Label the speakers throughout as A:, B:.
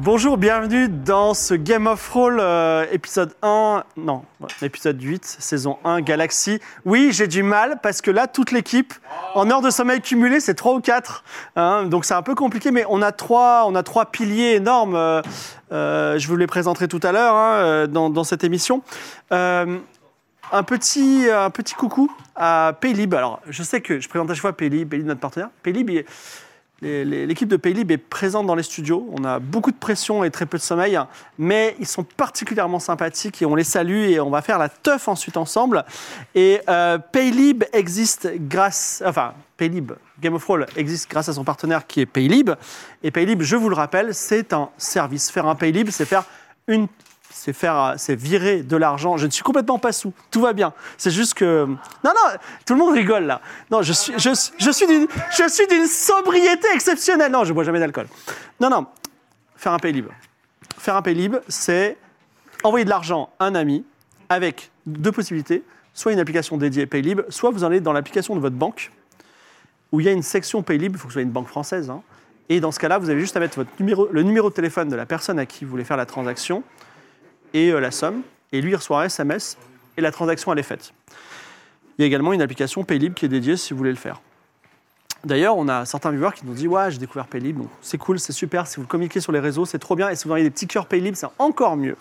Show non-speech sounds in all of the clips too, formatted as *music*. A: Bonjour, bienvenue dans ce Game of Roll euh, épisode 1, non, ouais, épisode 8, saison 1, Galaxy. Oui, j'ai du mal parce que là, toute l'équipe, en heures de sommeil cumulées, c'est 3 ou 4. hein, donc c'est un peu compliqué, mais on a trois, on a trois piliers énormes. euh, euh, je vous les présenterai tout à l'heure hein, euh, dans, dans cette émission. Euh, un petit, un petit coucou à Paylib. Alors, je sais que je présente à chaque fois Paylib, Paylib notre partenaire. Paylib, il- les- les- l'équipe de Paylib est présente dans les studios. On a beaucoup de pression et très peu de sommeil, mais ils sont particulièrement sympathiques et on les salue et on va faire la teuf ensuite ensemble. Et euh, Paylib existe grâce, enfin Paylib. Game of Roll existe grâce à son partenaire qui est Paylib. Et Paylib, je vous le rappelle, c'est un service. Faire un Paylib, c'est faire une c'est faire, euh, c'est virer de l'argent. Je ne suis complètement pas sous. Tout va bien. C'est juste que, non, non, tout le monde rigole là. Non, je suis, je, suis- je suis d'une, je suis d'une sobriété exceptionnelle. Non, je bois jamais d'alcool. Non, non. Faire un paylib. Faire un paylib, c'est envoyer de l'argent à un ami avec deux possibilités. Soit une application dédiée Paylib, soit vous allez dans l'application de votre banque où il y a une section Paylib, il faut que ce soit une banque française. hein. Et dans ce cas-là, vous avez juste à mettre votre numéro, le numéro de téléphone de la personne à qui vous voulez faire la transaction et euh, la somme. Et lui, il reçoit un SMS et la transaction, elle est faite. Il y a également une application Paylib qui est dédiée si vous voulez le faire. D'ailleurs, on a certains viewers qui nous disent Ouais, j'ai découvert Paylib, donc c'est cool, c'est super. Si vous communiquez sur les réseaux, c'est trop bien. Et si vous envoyez des petits cœurs Paylib, c'est encore mieux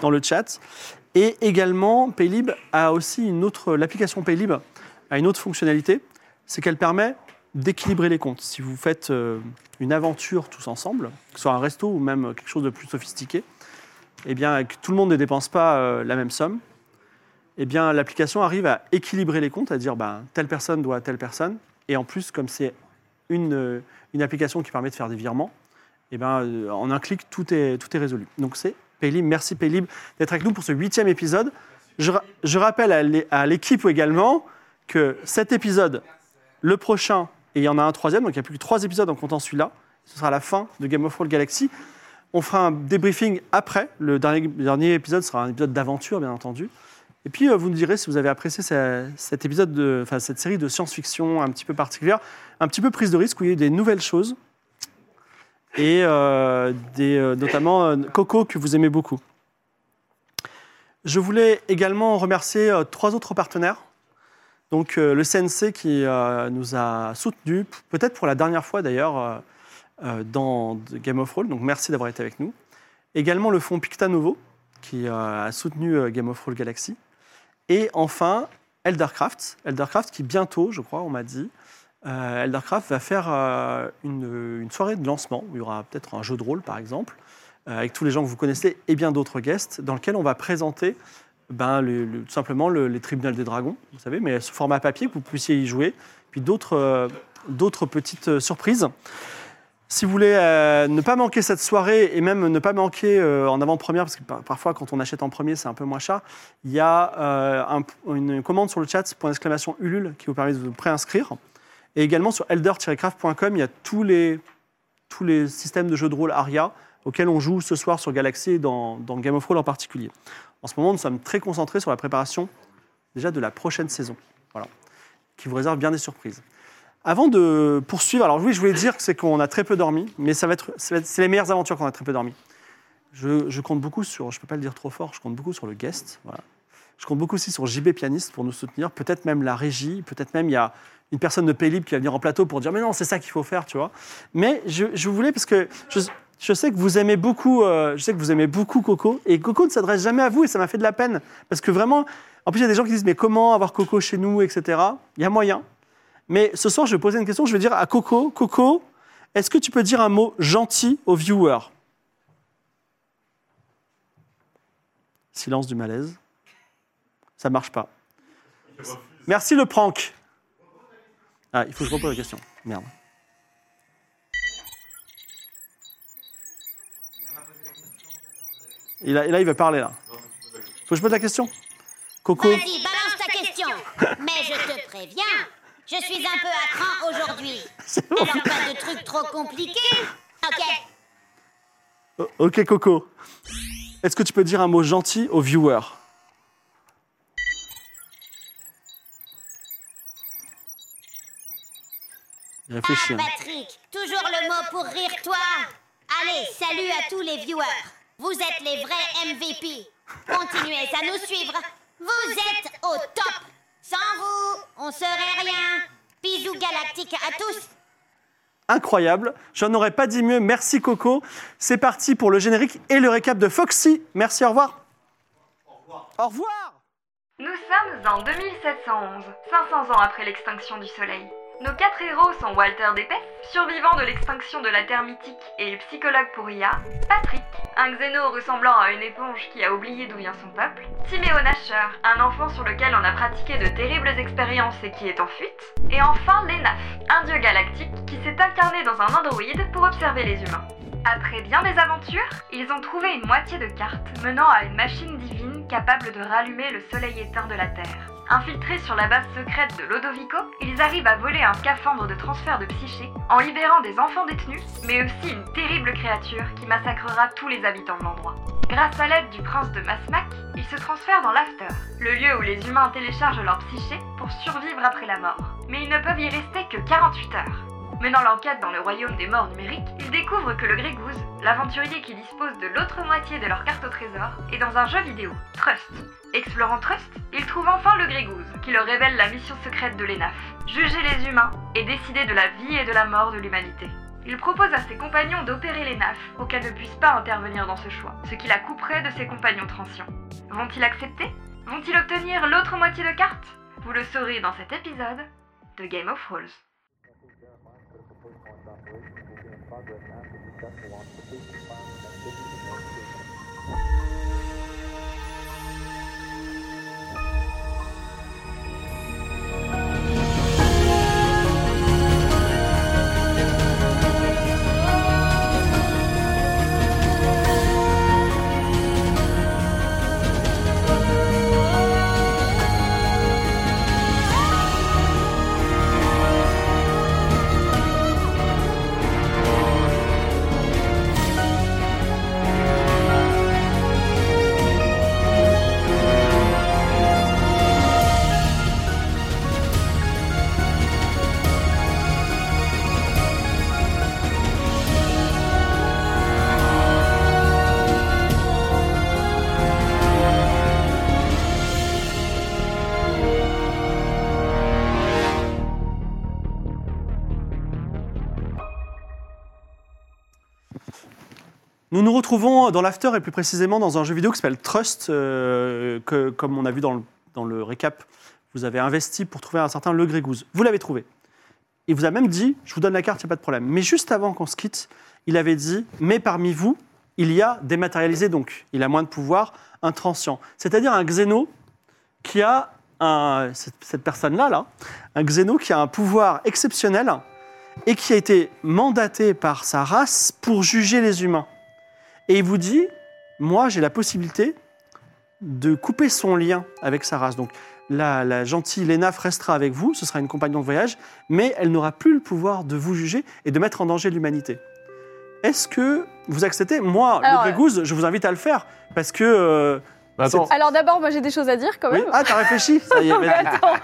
A: dans le chat. Et également, Paylib a aussi une autre. L'application Paylib a une autre fonctionnalité c'est qu'elle permet d'équilibrer les comptes. Si vous faites euh, une aventure tous ensemble, que ce soit un resto ou même euh, quelque chose de plus sophistiqué, eh bien, que tout le monde ne dépense pas euh, la même somme, eh bien, l'application arrive à équilibrer les comptes, à dire ben, telle personne doit à telle personne. Et en plus, comme c'est une, euh, une application qui permet de faire des virements, eh ben, euh, en un clic, tout est, tout est résolu. Donc c'est Paylib. Merci Paylib d'être avec nous pour ce huitième épisode. Je, ra- je rappelle à l'é- à l'équipe également que cet épisode, le prochain, et il y en a un troisième, donc il n'y a plus que trois épisodes en comptant celui-là, ce sera la fin de Game of Thrones Galaxy. On fera un débriefing après. Le dernier, le dernier épisode sera un épisode d'aventure, bien entendu. Et puis, euh, vous nous direz si vous avez apprécié ce- cet épisode, de, enfin, cette série de science-fiction un petit peu particulière, un petit peu prise de risque où il y a eu des nouvelles choses et euh, des, euh, notamment euh, Coco que vous aimez beaucoup. Je voulais également remercier euh, trois autres partenaires. Donc, euh, le CNC qui euh, nous a soutenus, p- peut-être pour la dernière fois d'ailleurs, euh, euh, dans The Game of Roll. Donc merci d'avoir été avec nous. Également le fonds Picta Novo qui euh, a soutenu euh, Game of Roll Galaxy. Et enfin Eldercraft. Eldercraft qui bientôt, je crois, on m'a dit, euh, Eldercraft va faire euh, une, une soirée de lancement où il y aura peut-être un jeu de rôle par exemple, euh, avec tous les gens que vous connaissez et bien d'autres guests, dans lequel on va présenter ben, le- le- tout simplement le- les tribunaux des dragons, vous savez, mais sous format papier, que vous puissiez y jouer, puis d'autres euh, d'autres petites euh, surprises. Si vous voulez euh, ne pas manquer cette soirée et même ne pas manquer euh, en avant-première, parce que par- parfois quand on achète en premier c'est un peu moins cher, il y a euh, un- une commande sur le chat, point d'exclamation Ulule, qui vous permet de vous préinscrire. Et également sur elder-craft.com, il y a tous les, tous les systèmes de jeux de rôle ARIA auxquels on joue ce soir sur Galaxy et dans, dans Game of Roll en particulier. En ce moment, nous sommes très concentrés sur la préparation déjà de la prochaine saison, voilà, qui vous réserve bien des surprises. Avant de poursuivre, alors oui, je voulais dire que c'est qu'on a très peu dormi, mais ça va être, ça va être- c'est les meilleures aventures qu'on a très peu dormi. Je, je compte beaucoup sur, je peux pas le dire trop fort, je compte beaucoup sur le guest, voilà. Je compte beaucoup aussi sur JB Pianiste pour nous soutenir, peut-être même la régie, peut-être même il y a une personne de Paylib qui va venir en plateau pour dire mais non, c'est ça qu'il faut faire, tu vois. Mais je, je voulais parce que je, je sais que vous aimez beaucoup, euh, je sais que vous aimez beaucoup Coco et Coco ne s'adresse jamais à vous et ça m'a fait de la peine parce que vraiment, en plus il y a des gens qui disent mais comment avoir Coco chez nous, etc. Il y a moyen, mais ce soir, je vais poser une question. Je vais dire à Coco, Coco, est-ce que tu peux dire un mot gentil aux viewers Silence du malaise. Ça marche pas. Merci le prank. Ah, il faut que je repose la question. Merde. Et là, et là, il veut parler, là. Faut que je pose la question Coco *laughs*
B: Vas-y, balance ta question. Mais je te préviens, je suis un peu à cran aujourd'hui. Alors pas de trucs trop compliqués. Ok.
A: O- Ok, Coco. Est-ce que tu peux dire un mot gentil aux viewers Il réfléchit. hein.
B: Ah, Patrick, toujours le mot pour rire toi. Allez, salut à tous les viewers. Vous êtes les vrais MVP. Continuez à nous suivre. Vous êtes au top. Sans vous, on serait rien. Bisous galactiques à tous.
A: Incroyable. J'en aurais pas dit mieux. Merci, Coco. C'est parti pour le générique et le récap de Foxy. Merci, au revoir. Au revoir. Au revoir.
C: Nous sommes en 2711, 500 ans après l'extinction du Soleil. Nos quatre héros sont Walter Dépès, survivant de l'extinction de la Terre mythique et psychologue pour IA, Patrick, un xéno ressemblant à une éponge qui a oublié d'où vient son peuple, Timéo Nasher, un enfant sur lequel on a pratiqué de terribles expériences et qui est en fuite, et enfin Lenaf, un dieu galactique qui s'est incarné dans un androïde pour observer les humains. Après bien des aventures, ils ont trouvé une moitié de carte menant à une machine divine capable de rallumer le soleil éteint de la Terre. Infiltrés sur la base secrète de Lodovico, ils arrivent à voler un scaphandre de transfert de psyché en libérant des enfants détenus, mais aussi une terrible créature qui massacrera tous les habitants de l'endroit. Grâce à l'aide du prince de Masmac, ils se transfèrent dans l'After, le lieu où les humains téléchargent leur psyché pour survivre après la mort. Mais ils ne peuvent y rester que 48 heures. Menant l'enquête dans le royaume des morts numériques, ils découvrent que le Grégouze, l'aventurier qui dispose de l'autre moitié de leur carte au trésor, est dans un jeu vidéo, Trust. Explorant Trust, ils trouvent enfin le Grégouze, qui leur révèle la mission secrète de l'ENAF, juger les humains et décider de la vie et de la mort de l'humanité. Il propose à ses compagnons d'opérer l'ENAF pour qu'elle ne puisse pas intervenir dans ce choix, ce qui la couperait de ses compagnons transients. Vont-ils accepter Vont-ils obtenir l'autre moitié de carte Vous le saurez dans cet épisode de Game of Thrones.
A: Nous nous retrouvons dans l'after et plus précisément dans un jeu vidéo qui s'appelle Trust, euh, que comme on a vu dans le, dans le récap, vous avez investi pour trouver un certain Le Grégouze. Vous l'avez trouvé. Il vous a même dit, je vous donne la carte, il n'y a pas de problème. Mais juste avant qu'on se quitte, il avait dit, mais parmi vous, il y a dématérialisé donc, il a moins de pouvoir, un transient. C'est-à-dire un xéno qui a un, cette, cette personne-là, là, un xéno qui a un pouvoir exceptionnel et qui a été mandaté par sa race pour juger les humains. Et il vous dit, moi j'ai la possibilité de couper son lien avec sa race. Donc la, la gentille Lénaf restera avec vous, ce sera une compagnon de voyage, mais elle n'aura plus le pouvoir de vous juger et de mettre en danger l'humanité. Est-ce que vous acceptez Moi,
D: Alors,
A: le
D: euh,
A: Grégouze, je vous invite à le faire, parce que... euh,
E: Bah, attends,
D: Alors d'abord, moi j'ai des choses à dire quand
A: oui.
D: même.
A: Ah, t'as réfléchi Ça y est,
D: *laughs*
A: vas-y.
D: Attends,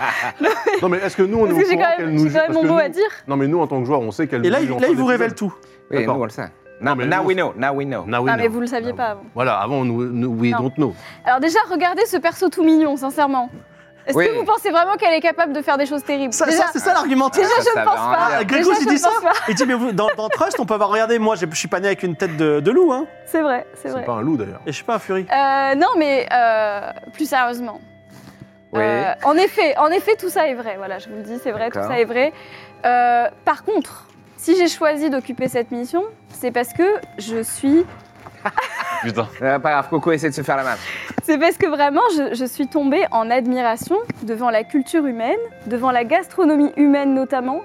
E: non mais est-ce que nous on est
D: parce
E: au
D: que j'ai
E: courant
D: quand
E: qu'elle
D: même, j'ai
E: nous
D: quand même
E: parce
D: mon
E: que
D: mot à
E: nous-
D: dire.
E: Non mais nous en tant que joueurs on sait qu'elle
A: Et là,
E: nous
A: il,
E: juge en
A: là,
E: fin
A: il vous
E: d'épisode.
A: révèle tout.
F: Oui,
E: D'accord.
F: nous, on le sait. Now,
E: mais
F: now
E: nous,
F: we know, now we know.
E: Now we
D: Ah mais
E: know.
D: vous le saviez pas avant.
E: Voilà, avant nous, nous we
D: Non.
E: don't know.
D: Alors déjà, regardez ce perso tout mignon, sincèrement. Est-ce
F: Oui.
D: que vous pensez vraiment qu'elle est capable de faire des choses terribles
A: Ça,
D: Déjà,
A: ça, c'est ça l'argumentaire.
D: déjà,
F: Ça,
D: je
F: ça
D: ne pense
F: veut rien
D: pas.
F: dire.
A: Grégo,
D: Déjà,
A: il
D: je
A: dit
D: ne
A: ça
D: pense pas.
A: Il dit, mais vous, dans, dans Trust, on peut avoir regardé, moi, je je suis pas né avec une tête de, de loup, hein.
D: C'est vrai, c'est vrai.
E: C'est pas un loup d'ailleurs.
A: Et je suis pas un furie.
D: Euh, non, mais euh, plus sérieusement.
F: Oui.
D: Euh, en effet, en effet, tout ça est vrai. Voilà, je vous le dis, c'est vrai, tout
F: D'accord.
D: ça est vrai. Euh, par contre, si j'ai choisi d'occuper cette mission, c'est parce que je suis
G: *laughs* Putain.
F: Euh, pas grave, Coco essaie de se faire la main.
D: C'est parce que vraiment, je, je suis tombée en admiration devant la culture humaine, devant la gastronomie humaine notamment,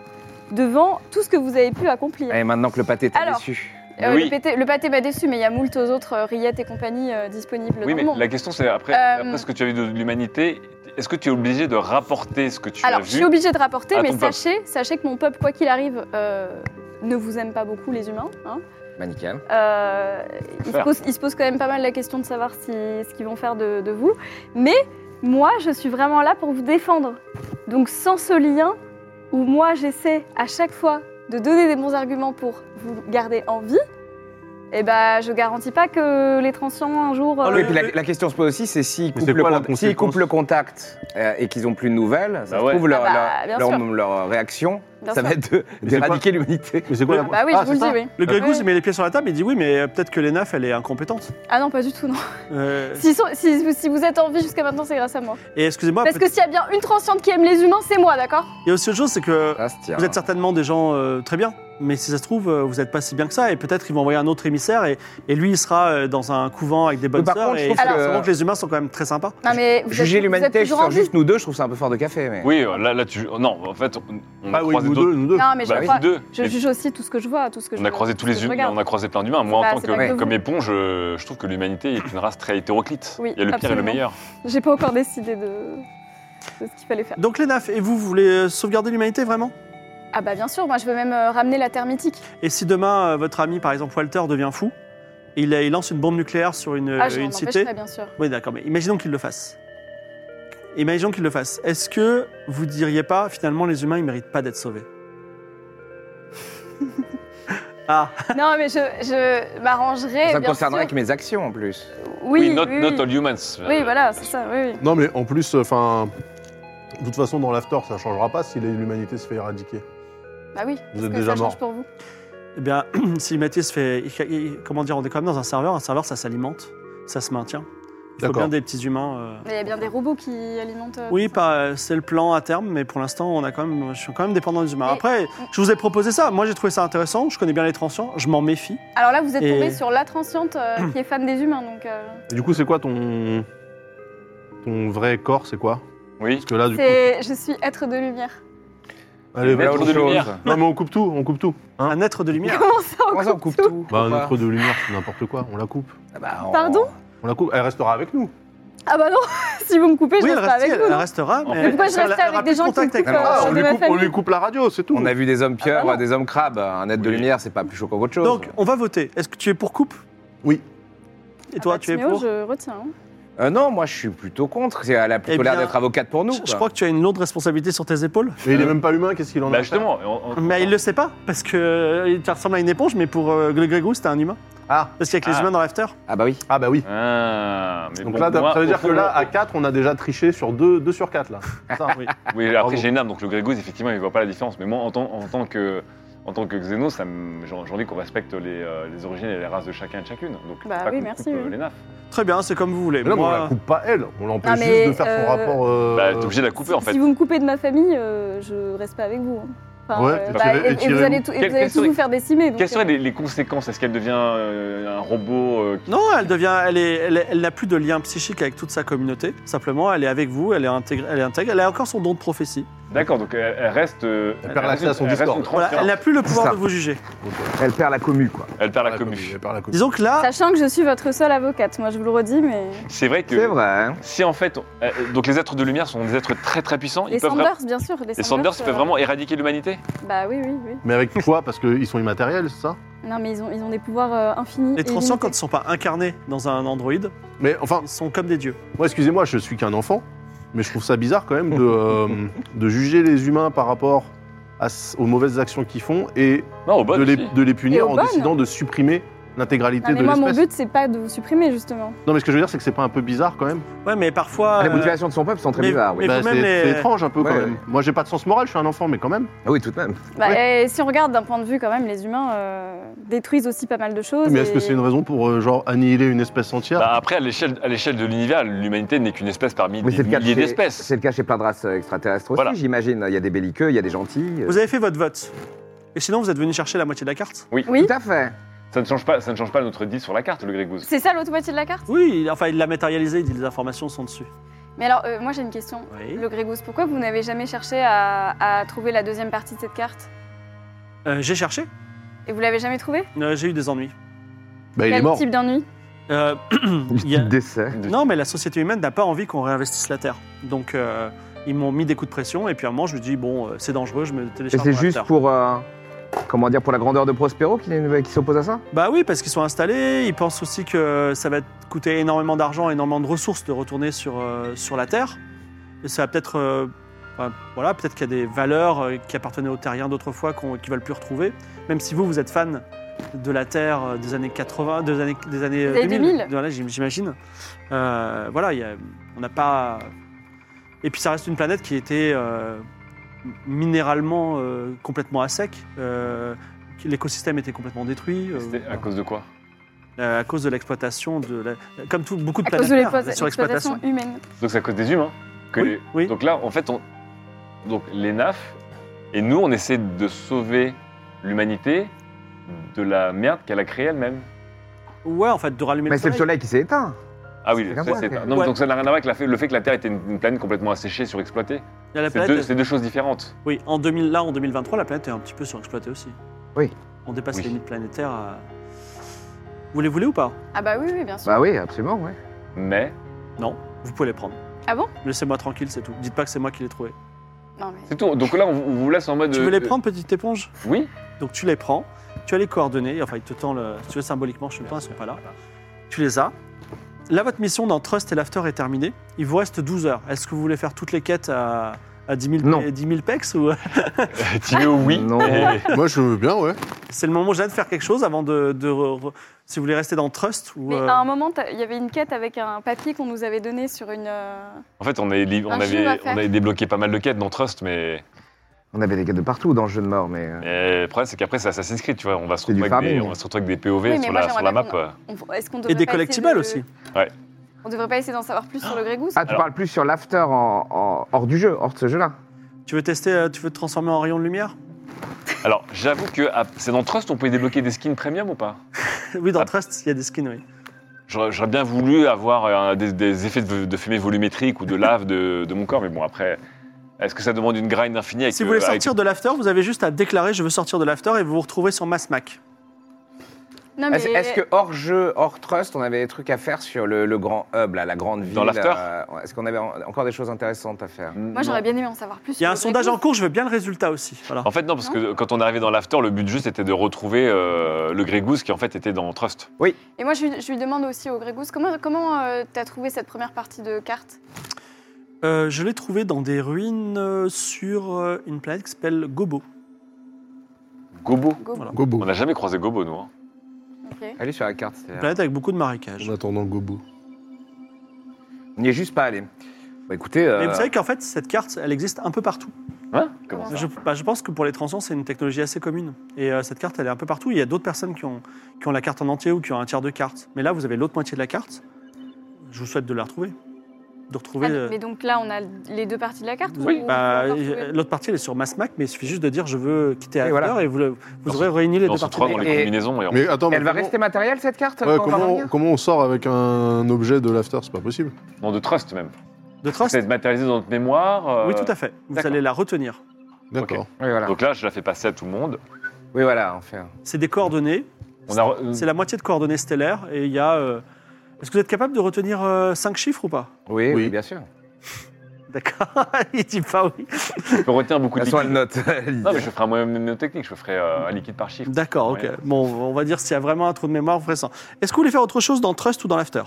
D: devant tout ce que vous avez pu accomplir.
F: Et maintenant que le pâté t'a
D: Alors.
F: déçu.
D: Euh,
G: Oui.
D: le, pâté, le pâté m'a déçu, mais il y a moult aux autres euh, rillettes et compagnie euh, disponibles
G: Oui,
D: dans
G: mais
D: le monde.
G: la question c'est après,
D: Euh,
G: après ce que tu as vu de l'humanité, est-ce que tu es obligé de rapporter ce que tu as
D: Alors, je
G: vu
D: suis obligée de rapporter,
G: à
D: mais
G: ton peuple.
D: sachez, sachez que mon peuple, quoi qu'il arrive, euh, ne vous aime pas beaucoup les humains. hein.
F: Bah nickel.
D: Euh, il, se
G: Faire.
D: pose, il se pose quand même pas mal la question de savoir si, ce qu'ils vont faire de, de vous. Mais moi, je suis vraiment là pour vous défendre. Donc sans ce lien, où moi j'essaie à chaque fois de donner des bons arguments pour vous garder en vie, eh ben, je garantis pas que les transients un jour...
A: Oh,
D: euh,
F: Ah Oui, puis la, la question se pose aussi, c'est s'ils
E: Mais
F: coupent,
E: c'est
F: le
E: quoi la
F: con- s'ils coupent
E: conséquence
F: le contact euh, et qu'ils ont plus de nouvelles, ça
G: Bah
F: se
G: ouais.
F: trouve leur,
D: Ah bah, bien
F: leur, leur-
D: sûr.
F: leur réaction,
D: Bien
F: ça va
D: sûr.
F: être de-
E: Mais c'est quoi-
F: d'éradiquer l'humanité.
E: Mais c'est
D: Ah
E: quoi la
D: bah oui,
A: Ah,
D: je vous le
A: c'est
D: dis,
A: ça.
D: oui.
A: Le Grégousse
D: Oui.
A: met les pieds sur la table et dit oui, mais euh, peut-être que l'ENAF, elle est incompétente.
D: Ah non, pas du tout, non.
A: Euh,
D: Si, si, si vous êtes en vie jusqu'à maintenant, c'est grâce à moi.
A: et excusez-moi,
D: Parce que s'il y a bien une transiente qui aime les humains, c'est moi, d'accord
A: il y a aussi autre chose, c'est que
F: Ça se tient.
A: vous êtes certainement des gens euh, très bien, mais si ça se trouve, euh, vous n'êtes pas si bien que ça, et peut-être ils vont envoyer un autre émissaire, et, et lui, il sera euh, dans un couvent avec des bonnes
F: par
A: sœurs,
F: contre, je
A: et
F: trouve
A: il sera
F: que-
A: sûrement que les humains sont quand même très sympas.
D: Non, mais vous êtes-
F: Juger
D: vous êtes
F: l'humanité
D: toujours
F: sur
D: en vie.
F: juste nous deux, je trouve ça un peu fort de café. Mais...
G: Oui, euh, là, là tu. Non, en fait, on, on a
E: Ah oui,
G: croisé
E: nous
G: d'autres.
E: deux, nous deux.
D: Non, mais je
G: Bah,
D: crois-
G: vous deux.
D: Je
G: Mais
D: juge aussi tout ce que je vois, tout ce que je
G: On a croisé
D: tout
G: tous
D: ce que
G: les
D: je
G: humains,
D: regarde.
G: on a croisé plein d'humains. Moi,
D: pas-
G: en tant
D: c'est
G: que,
D: pas que vous.
G: comme éponge, euh, je trouve que l'humanité est une race très hétéroclite.
D: Oui,
G: Il y a le pire et le
D: absolument.
G: meilleur.
D: J'ai pas encore décidé de, de ce qu'il fallait faire.
A: Donc l'ENAF, et vous, vous voulez euh, sauvegarder l'humanité vraiment
D: Ah bah bien sûr, moi je veux même euh, ramener la terre mythique.
A: Et si demain, euh, votre ami, par exemple, Walter devient fou, il, il lance une bombe nucléaire sur une,
D: ah, je
A: Euh, une
D: m'en
A: cité
D: empêcherai bien sûr.
A: Oui, d'accord, mais imaginons qu'il le fasse. Imaginons qu'il le fasse. Est-ce que vous diriez pas, finalement, les humains, ils méritent pas d'être
D: *laughs*
A: sauvés Ah,
D: non mais je, je m'arrangerai.
F: Ça me
D: Eh, bien
F: concernerait
D: sûr.
F: que mes actions en plus.
D: Oui, oui,
G: not, euh,
D: oui.
G: not all humans.
D: Oui, voilà, c'est ça, oui, oui.
E: Non, mais en plus, euh, enfin. De toute façon, dans l'after, ça changera pas si l'humanité se fait éradiquer.
D: Bah oui.
E: Vous
D: parce
E: êtes
D: que
E: déjà
D: ça change
E: mort.
D: pour vous.
A: eh bien, *clears throat* si Mathis fait. il- Comment dire, on est quand même dans un serveur. Un serveur, ça s'alimente, ça se maintient. Il faut
E: D'accord.
A: bien des petits humains. euh.
D: Mais il y a bien des robots qui alimentent. euh,
A: Oui,
D: tout ça.
A: pas, euh, c'est le plan à terme, mais pour l'instant, on a quand même, je suis quand même dépendant des humains.
D: Mais-
A: Après, je vous ai proposé ça. Moi, j'ai trouvé ça intéressant. Je connais bien les transients. Je m'en méfie.
D: Alors là, vous êtes
A: Et-
D: tombé sur la transiente euh, qui est fan des humains, donc. euh,
E: Et du coup, c'est quoi ton. Ton vrai corps, c'est quoi
G: Oui.
E: Parce que là, du coup.
D: c'est, je suis être de lumière.
E: Allez,
G: Mais
E: vas-y.
G: alors, de lumière.
E: Non, mais on coupe tout, on coupe tout. Hein
A: Un être de
D: *laughs*
A: lumière.
D: Comment ça on
F: Comment ça, on coupe tout
E: bah,
F: Pourquoi
E: notre de lumière, c'est n'importe quoi. On la coupe.
F: Ah bah, on-
D: Pardon
E: On la coupe. Elle restera avec nous.
D: Ah bah non, *laughs* si vous me coupez, je
A: Oui, elle,
D: reste pas
A: reste-
D: avec vous.
A: elle
D: non
A: restera. Mais,
G: Mais
D: pourquoi je
A: elle-
D: reste
A: elle
D: avec
A: aura
D: des
A: plus
D: gens qui
A: contact
D: me
A: avec
D: coupent,
A: nous.
D: euh,
E: Ah, on,
D: de
E: lui
D: ma
E: coupe, on
D: famille.
E: lui coupe la radio, c'est tout.
F: On a vu des hommes
D: Ah
F: pieuvres,
D: bah non.
F: des hommes crabes. Un être de
G: Oui.
F: lumière, c'est pas plus chaud qu'autre chose.
A: Donc, on va voter. Est-ce que tu es pour coupe
E: Oui.
A: Et toi,
D: Ah bah,
A: tu es
D: Timéo,
A: pour je...
D: Je retiens. hein.
F: Euh, non, moi je suis plutôt contre. C'est- Elle a plutôt
A: Eh
F: l'air
A: bien,
F: d'être avocate pour nous.
A: je
F: quoi.
A: crois que tu as une lourde responsabilité sur
F: *laughs*
A: tes épaules.
E: Mais il est même pas humain, qu'est-ce qu'il en a
G: Bah,
E: à faire
G: justement. on- on-
A: Mais il le sait pas, parce que euh, il te ressemble à une éponge, mais pour euh, Greg Gregou, c'était un humain.
E: Ah.
A: Parce qu'avec les
G: Ah.
A: humains dans l'after.
F: Ah bah oui.
E: Ah, bah oui.
G: Ah, mais
E: Donc
G: bon,
E: là, t'as-
G: moi,
E: ça veut
G: au
E: dire que
G: fond,
E: là, à 4, on a déjà triché sur 2, sur
F: *laughs*
E: 4, là. C'est ça
A: Oui.
G: Oui, après
E: Bravo.
G: j'ai une âme, donc le Grégouze, effectivement, il voit pas la différence. Mais moi, en tant, en tant que. En tant que Xéno, ça me- j'en j'en dis qu'on respecte les, euh, les origines et les races de chacun et de chacune. Donc,
D: Bah
G: c'est
D: oui,
G: qu'on
D: merci,
G: coupe, euh,
D: oui.
G: les nafs.
A: Très bien, c'est comme vous voulez.
E: Mais non, mais on
A: Moi,
E: la coupe pas, elle. On
D: Non,
E: l'empêche
D: mais,
E: juste de faire
D: euh,
E: son rapport. euh,
G: Bah, t'es obligé de la couper, en
D: si,
G: fait.
D: si vous me coupez de ma famille, euh, je reste pas avec vous. hein.
E: Ouais,
D: euh,
E: parce que-
D: et- et,
E: étirez-vous.
D: vous allez, tout, et
G: Quelle-
D: vous allez
G: quelle
D: tous vous
G: serait-
D: faire décimer. donc,
G: Quelles seraient
D: euh,
G: les, les conséquences Est-ce qu'elle devient euh, un robot euh, qui-
A: Non, elle devient, elle est, elle, elle n'a plus de lien psychique avec toute sa communauté. Simplement, elle est avec vous, elle est intégrée, elle est intègre, elle a encore son don de prophétie.
G: D'accord, donc elle, elle reste. euh,
E: Elle perd l'accès à son
G: elle reste
E: Discord.
G: une
A: Voilà, elle
G: transférence.
A: n'a plus le pouvoir
F: Ça.
A: de vous juger.
F: Elle perd la commu, quoi.
G: elle perd la
E: par
G: commu.
E: commu, par la commu.
A: Disons que là,
D: Sachant que je suis votre seule avocate, moi je vous le redis, mais.
G: C'est vrai que.
F: C'est vrai. hein.
G: Si en fait. on- euh, donc les êtres de lumière sont des êtres très très puissants.
D: Les
G: ils peuvent
D: Sanders,
G: vraiment-
D: bien sûr. Les
G: Les Sanders, ils
D: euh,
G: peuvent vraiment éradiquer l'humanité
D: Bah oui, oui, oui.
E: Mais avec quoi Parce qu'ils sont immatériels, c'est ça
D: Non, mais ils ont, ils ont des pouvoirs euh, infinis.
A: les
D: et
A: transients, quand ils
D: illimités.
A: ne sont pas incarnés dans un androïde,
E: Mais enfin,
A: ils sont comme des dieux.
E: moi, excusez-moi, je suis qu'un enfant, mais je trouve ça bizarre quand même de, euh, de juger les humains par rapport à s- aux mauvaises actions qu'ils font et
G: Non, au bon.
E: de, les,
G: si.
E: de les punir
D: Et aux
E: en
D: bonnes.
E: décidant de supprimer l'intégralité
D: Non, mais
E: de
D: moi, mon
E: l'espèce.
D: but, c'est pas de vous supprimer, justement.
E: Non, mais ce que je veux dire, c'est que c'est pas un peu bizarre quand même
A: Ouais, mais parfois.
F: Ah, Les
A: euh,
F: motivations de son peuple sont très
A: mais-
F: bizarres, oui.
A: mais-
E: Bah,
A: vous-même,
E: C'est
A: les-
E: c'est étrange un peu quand
F: Ouais.
E: même. Moi, j'ai pas de sens moral, je suis un enfant, mais quand même.
F: Ah oui, tout de même.
D: Bah, et si on regarde d'un point de vue, quand même, les humains euh, détruisent aussi pas mal de choses.
E: Mais est-ce
D: et-
E: que c'est une raison pour euh, genre annihiler une espèce entière
G: Bah, après, à l'échelle à l'échelle de l'univers, l'humanité n'est qu'une espèce parmi
F: Oui,
G: des
F: c'est le cas
G: milliers
F: chez-
G: d'espèces.
F: C'est le cas chez plein de races euh, extraterrestres aussi,
G: Voilà.
F: j'imagine. Il y a des belliqueux, il y a des gentils. euh,
A: Vous avez fait votre vote. Et sinon, vous êtes venu chercher la moitié de la carte.
F: Tout à fait.
G: Ça ne change pas, ça ne change pas notre 10 sur la carte, le Grégouze.
D: C'est ça l'autre moitié de la carte
A: Oui, il- enfin, il l'a matérialisé, il dit les informations sont dessus.
D: Mais alors, euh, moi j'ai une question.
A: Oui.
D: Le Grégousse, pourquoi vous n'avez jamais cherché à, à trouver la deuxième partie de cette carte
A: Euh, j'ai cherché,
D: Et vous l'avez jamais trouvée
A: Euh, j'ai eu des ennuis.
E: Bah, il
D: Quel
E: est mort.
D: type d'ennui
A: Euh, *clears throat* il y a-
F: Décès.
A: Non, mais la société humaine n'a pas envie qu'on réinvestisse la Terre. Donc, euh, ils m'ont mis des coups de pression, et puis à un moment, je me dis, bon, euh, c'est dangereux, je me
F: Et
A: télécharge.
F: c'est
A: dans la
F: juste
A: Terre.
F: pour. euh, comment dire, pour la grandeur de Prospero qui, euh, qui s'oppose à ça
A: Bah oui, parce qu'ils sont installés, ils pensent aussi que ça va te coûter énormément d'argent, énormément de ressources de retourner sur, euh, sur la Terre. Et ça va peut-être. euh, enfin, voilà, peut-être qu'il y a des valeurs euh, qui appartenaient aux terriens d'autrefois qu'on- qu'ils ne veulent plus retrouver. Même si vous, vous êtes fan de la Terre euh, des années 80, des années, des années euh,
D: Des années 2000.
A: Voilà, j'im- j'imagine. Euh, voilà, il y a- on n'a pas. Et puis ça reste une planète qui était euh, minéralement euh, complètement à sec. Euh, L'écosystème était complètement détruit. euh,
G: C'était à
A: voilà.
G: cause de quoi
A: Euh, à cause de l'exploitation de la- comme tout beaucoup de
D: À cause de
A: planètes
D: l'exploita-
A: sur
D: l'exploitation humaine.
G: Donc c'est à cause des humains. que
A: Oui,
G: les-
A: oui.
G: Donc là, en fait, on... Donc, les NAF, et nous, on essaie de sauver l'humanité de la merde qu'elle a créée elle-même.
A: Ouais, en fait, de rallumer
F: Mais
A: le
F: c'est le
A: soleil.
F: soleil qui s'est éteint.
G: Ah oui,
F: C'est
G: ça,
F: la
G: c'est-
F: boîte,
G: non,
A: ouais.
G: donc ça n'a rien à voir avec la fait- le fait que la Terre était une, une planète complètement asséchée, surexploitée.
A: Il y a la
G: C'est
A: planète,
G: deux, c'est deux choses différentes.
A: Oui, en 2000, là, en 2023, la planète est un petit peu surexploitée aussi.
F: Oui.
A: On dépasse
G: Oui.
A: les limites planétaires. à- Vous les voulez ou pas
D: Ah bah oui, oui, bien sûr.
F: Bah oui, absolument, ouais.
G: Mais
A: Non, vous pouvez les prendre.
D: Ah bon
A: Laissez-moi tranquille, c'est tout. Dites pas que c'est moi qui les trouvé. Bah,
D: Non, mais...
G: c'est tout. Donc là, on, vous- on vous laisse en mode.
A: tu veux les
G: euh,
A: prendre, petite éponge
D: *laughs*
G: Oui.
A: Donc tu les prends, tu as les coordonnées, enfin il te tend le. Si tu veux symboliquement, je ne sais pas, elles sont pas là. Tu les as. Là, votre mission dans Trust et l'After est terminée. Il vous reste 12 heures. Est-ce que vous voulez faire toutes les quêtes à, à 10, 000,
F: Non.
A: pe- 10 000 pex ou... *laughs*
G: Timéo, oui.
F: Non.
G: Et-
E: Moi, je veux bien, ouais.
A: C'est le moment déjà de faire quelque chose avant de. de re- re- si vous voulez rester dans Trust ou.
D: Mais
A: euh,
D: à un moment, t'as- il y avait une quête avec un papier qu'on nous avait donné sur une. euh,
G: En fait, on, est li-
D: Un
G: on,
D: jeu à
G: avait,
D: faire.
G: on avait débloqué pas mal de quêtes dans Trust, mais,
F: On avait des gars de partout dans le jeu de mort, mais. euh,
G: mais le problème, c'est qu'aqu'après, c'est Assassin's Creed, tu vois. On va se
F: C'est du
G: retrouver avec des,
F: farming.
G: on va se retrouver avec des POV
D: Oui, mais
G: sur,
D: moi,
G: la,
D: j'aimerais
G: sur la
D: bien
G: map.
D: qu'on on- Est-ce qu'on
A: et
D: devrait
A: des
D: pas
A: collectibles
D: essayer de-
A: aussi.
D: On devrait pas essayer d'en savoir plus sur le Grégousse
F: Ah, tu
G: Alors-
F: parles plus sur l'after en- en- hors du jeu, hors de ce jeu-là.
A: Tu veux tester, euh, tu veux te transformer en rayon de lumière *laughs*
G: Alors, j'avoue que ah, c'est dans Trust, on pouvait débloquer des skins premium ou pas
A: Oui, dans
G: Ah.
A: Trust, il y a des skins, oui.
G: J'aurais j'aurais bien voulu avoir euh, des, des effets de, de fumée volumétrique ou de lave de, de mon corps, mais bon, après, est-ce que ça demande une grind infinie avec,
A: Si vous voulez
G: euh, avec-
A: sortir de l'After, vous avez juste à déclarer je veux sortir de l'After et vous vous retrouvez sur Massmac.
D: Non, Ah, mais.
F: Est-ce est-ce que hors jeu, hors trust, on avait des trucs à faire sur le, le grand hub, là, la grande ville
G: Dans l'after Mm.
F: euh, Est-ce qu'on avait en- encore des choses intéressantes à faire
D: Moi, j'aurais bien aimé en savoir plus.
A: Il y a un sondage en cours, je veux bien le résultat aussi. Voilà.
G: En fait, non, parce que quand on est arrivé dans l'after, le but juste était de retrouver euh, le Grey Goose qui en fait était dans Trust.
D: Et moi, je lui, je lui demande aussi au Grégousse comment comment euh, t'as trouvé cette première partie de carte
A: Euh, je l'ai trouvé dans des ruines euh, sur euh, une planète qui s'appelle Gobo.
G: Gobo.
D: Go.
A: Voilà.
E: Gobo.
G: On n'a jamais croisé Gobo, nous. hein.
D: Ok.
F: Allez sur la carte.
A: Une
F: c'est- euh,
A: planète avec beaucoup de marécages.
E: En attendant Gobo.
F: On n'y est juste pas allé. Bah écoutez.
A: Mais
F: euh,
A: vous savez qu'en fait, cette carte, elle existe un peu partout.
G: Hein Comment ça
A: Je, bah, je pense que pour les transients, c'est une technologie assez commune. Et euh, cette carte, elle est un peu partout. Il y a d'autres personnes qui ont, qui ont la carte en entier ou qui ont un tiers de carte. Mais là, vous avez l'autre moitié de la carte. Je vous souhaite de la retrouver. De retrouver.
D: Ah,
A: euh,
D: mais donc là, on a les deux parties de la carte ou- ou on peut
A: bah,
D: encore
A: euh,
D: trouver-
A: l'autre partie, elle est sur Massmac, mais il suffit juste de dire je veux quitter After et,
F: voilà.
A: vous, le- vous aurez réuni les
G: On
A: deux
G: se
A: parties.
G: croit dans les
F: Et-
G: combinaisons et on-
E: Mais attends, mais
F: Elle va
E: comment-
F: rester matérielle cette carte
E: Ouais,
F: quand on va
E: comment,
F: revenir
E: comment on sort avec un objet de l'after C'est pas possible.
G: Non, de Trust même.
A: De
G: Ça
A: Trust
G: être matérialisé dans notre mémoire. euh,
A: Oui, tout à fait. Vous
G: d'accord.
A: allez la retenir.
E: D'accord.
F: Oui, voilà.
G: Donc là, je la fais passer à tout le monde.
F: Oui, voilà, on fait. un-
A: C'est des coordonnées.
G: On a re-
A: C'est la moitié de coordonnées stellaires. Et il y a. euh, Est-ce que vous êtes capable de retenir 5 chiffres ou pas
F: Oui, oui,
E: Oui.
F: bien sûr.
A: D'accord. *laughs* il dit pas oui.
G: Je peux retenir beaucoup
F: De
G: de
F: toute façon,
G: liquide.
F: elle note.
G: Non, mais je ferai un moyen mnémotechnique, je ferai euh, un liquide par chiffre.
A: D'accord, ok.
G: Ouais.
A: Bon, on va dire s'il y a vraiment un trou de mémoire, vous ferez ça. Est-ce que vous voulez faire autre chose dans Trust ou dans l'After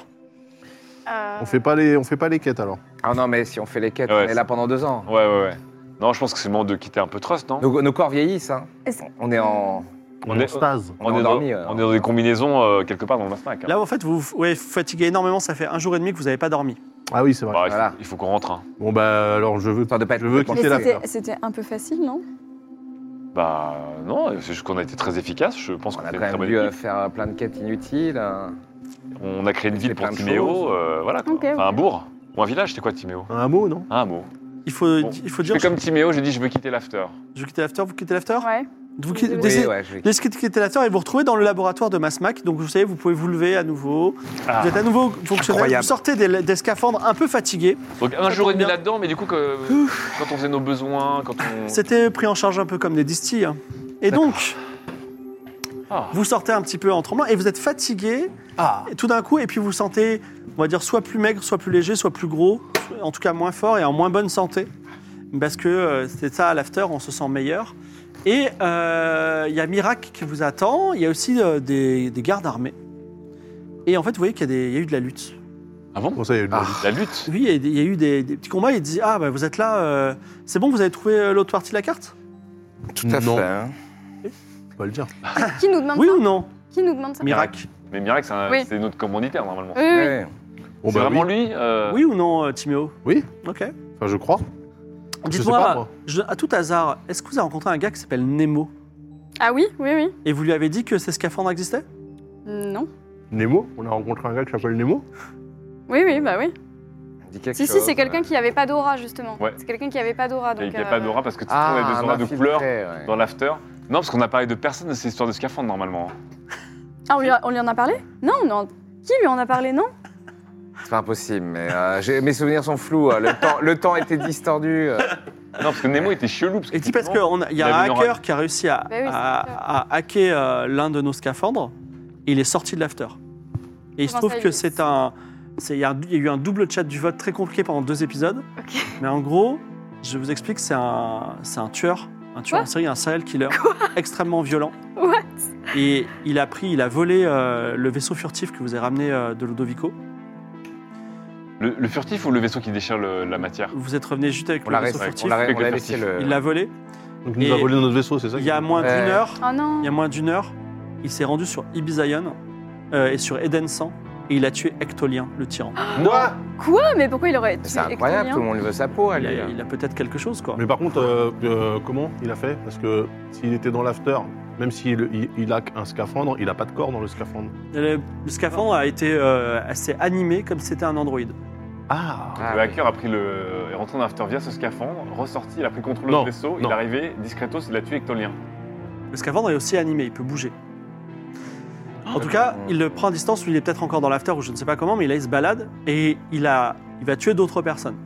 D: Euh,
E: On fait pas les, on fait pas les quêtes alors.
F: *laughs* Ah non, mais si on fait les quêtes,
G: Ouais,
F: on est là pendant deux ans.
G: Ouais, ouais, ouais. Non, je pense que c'est le moment de quitter un peu Trust, non
F: Nos, nos corps vieillissent, hein.
D: Est-ce-
F: On est en.
G: On est-
E: en stase.
F: on est
G: dans,
F: endormi, euh,
G: on est dans des combinaisons euh, quelque part dans le Masnac. hein.
A: Là, en fait, vous vous- ouais, vous fatiguez énormément. Ça fait un jour et demi que vous n'avez pas dormi.
E: Ah oui, c'est vrai.
G: Bah, il faut-
F: Voilà.
G: Il faut, qu'on rentre. hein.
E: Bon bah alors je veux.
F: Histoire de pas être
E: Je veux
F: complètement
D: mais
F: fou.
E: quitter l'after.
D: c'était- C'était un peu facile, non
G: Bah non, c'est juste qu'on a été très efficace. Je pense
F: On
G: qu'on
F: a
G: a,
F: quand
G: une très
F: même
G: bonne
F: dû euh,
G: équipe.
F: faire euh, plein de quêtes inutiles. euh.
G: On a créé une ville
F: fait
G: pour
F: plein de
G: Timéo.
F: choses.
G: euh, voilà. quoi.
D: Ok,
G: Enfin, un
D: ok.
G: bourg ou un village, c'était quoi Timéo
E: Un hameau, non
G: Un mot.
A: Il faut,
G: Bon,
A: il faut
G: Je
A: dire
G: fais comme Timéo, j'ai dit je veux quitter l'after.
A: je veux quitter l'After, vous quittez l'After
D: Ouais.
A: Vous
D: Oui, oui.
A: laissez-
F: Oui, ouais, je vais-
A: laissez quitter la Terre et vous retrouvez dans le laboratoire de Masmac. Donc vous savez, vous pouvez vous lever à nouveau.
G: Ah.
A: Vous êtes à nouveau fonctionnel.
F: Incroyable.
A: Vous sortez des, des scaphandres un peu fatigués.
G: Donc un jour et demi
A: bien.
G: là-dedans, mais du coup, que- quand on faisait nos besoins, quand on.
A: C'était pris en charge un peu comme des distilles. hein. Et donc,
G: Ah.
A: vous sortez un petit peu en tremblant et vous êtes fatigué
F: Ah.
A: Et tout d'un coup, et puis vous sentez, on va dire, soit plus maigre, soit plus léger, soit plus gros, en tout cas moins fort et en moins bonne santé. Parce que euh, c'est ça, à l'after, on se sent meilleur. Et euh, il y a Mirac qui vous attend, il y a aussi euh, des, des gardes armés. Et en fait, vous voyez qu'il y, a des- il y a eu de la lutte.
G: Ah bon
E: Bon, ça y est,
F: Ah.
G: La lutte
A: Oui, il y a, des- il y a eu des, des petits combats, il dit Ah, bah, vous êtes là, euh, c'est bon, vous avez trouvé euh, l'autre partie de la carte
F: Tout à
E: Non.
F: fait. hein.
E: on va le dire.
D: Qui nous demande
A: Oui
D: ça
A: ou non
D: Qui nous demande ça
A: Mirac
G: Mais Miracle, c'est un-
D: Oui.
G: c'est notre commanditaire normalement.
D: Oui, oui, oui.
F: Ouais. Oh,
E: Bon,
G: c'est
E: bah
G: vraiment
E: oui.
G: lui euh,
A: Oui ou non, euh, Timéo
E: Oui.
A: Ok.
E: Enfin, je crois. Je sais pas,
A: Dites-moi,
E: moi.
A: je- à tout hasard, est-ce que vous avez rencontré un gars qui s'appelle Nemo
D: Ah oui, oui, oui.
A: Et vous lui avez dit que ces scaphandres existaient
D: Non.
E: Nemo On a rencontré un gars qui s'appelle Nemo
D: Oui, oui, bah oui.
F: Dis quelque
D: Si, si,
F: chose.
D: c'est quelqu'un qui avait pas d'aura, justement.
G: Ouais.
D: C'est quelqu'un qui avait pas d'aura.
G: Il
D: donc,
G: n'y a
D: euh,
G: pas d'aura parce que tout le
F: Ah,
G: monde a des auras de
F: infiltré,
G: couleur
F: ouais.
G: dans l'after. Non, parce qu'on a parlé de personne de ces histoires de scaphandre normalement.
D: Ah, on lui, a- on lui en a parlé Non, on en- Qui lui en a parlé, non
F: C'est pas impossible, mais euh, j'ai- mes souvenirs sont flous. euh, Le temps, le temps était distordu. euh.
G: Non, parce que Nemo était chelou. Parce que
A: Et dit parce qu'il
G: finalement,
A: y
G: il
A: a
G: avait
A: un
G: une
A: hacker qui a réussi à,
D: Bah oui, c'est
A: à-
D: clair.
A: à hacker euh, l'un de nos scaphandres. et il est sorti de l'after. Et il se
D: Comment
A: trouve
D: ça,
A: que
D: il-
A: c'est un. c'est- Il y, a un- il y a eu un double chat du vote très compliqué pendant deux épisodes. Mais en gros, je vous explique, c'est un, c'est un tueur. Un tueur
D: Quoi
A: en série, un serial killer extrêmement violent.
D: What
A: Et il a pris, il a volé euh, le vaisseau furtif que vous avez ramené euh, de Ludovico.
G: Le, le furtif ou le vaisseau qui déchire le- la matière
A: Vous êtes revenu juste avec
F: On
A: le
F: l'a
A: vaisseau
F: ré-
A: furtif.
F: on l'a ré-
G: Avec
F: on
G: le
F: l'a laissé
G: furtif.
F: le.
A: Il l'a volé.
E: Donc, il nous
A: Et
E: a volé notre vaisseau, c'est ça
A: Il
E: qu'il
A: y a
E: nous
A: moins d'une
F: Ouais.
A: heure,
D: Oh non.
A: il y a moins d'une heure, il s'est rendu sur Ibizaïon euh, et sur Eden 100 et il a tué Ectolien, le tyran.
F: Quoi
D: Quoi Mais pourquoi il aurait. tué
F: C'est incroyable,
D: Ectolien
F: tout le monde veut sa peau,
A: Il
F: elle.
A: a, il a peut-être quelque chose, quoi.
E: Mais par contre, euh, euh, comment il a fait Parce que s'il était dans l'after, même s'il il, il a un scaphandre, il a pas de corps dans le scaphandre.
A: Le, Euh, le scaphandre a été euh, assez animé comme si c'était un androïde.
E: Ah,
F: Ah,
G: Le
F: oui.
G: hacker a pris le. est rentré dans l'after via ce scaphandre, ressorti, il a pris contrôle
E: Non,
G: du vaisseau, il
E: non.
G: est arrivé, discretos, il a tué Ectolien.
A: Le scaphandre est aussi animé, il peut bouger.
F: Ah,
A: En tout cas, il le prend à distance ou il est peut-être encore dans l'after ou je ne sais pas comment, mais là il se balade et il, a, il va tuer d'autres personnes.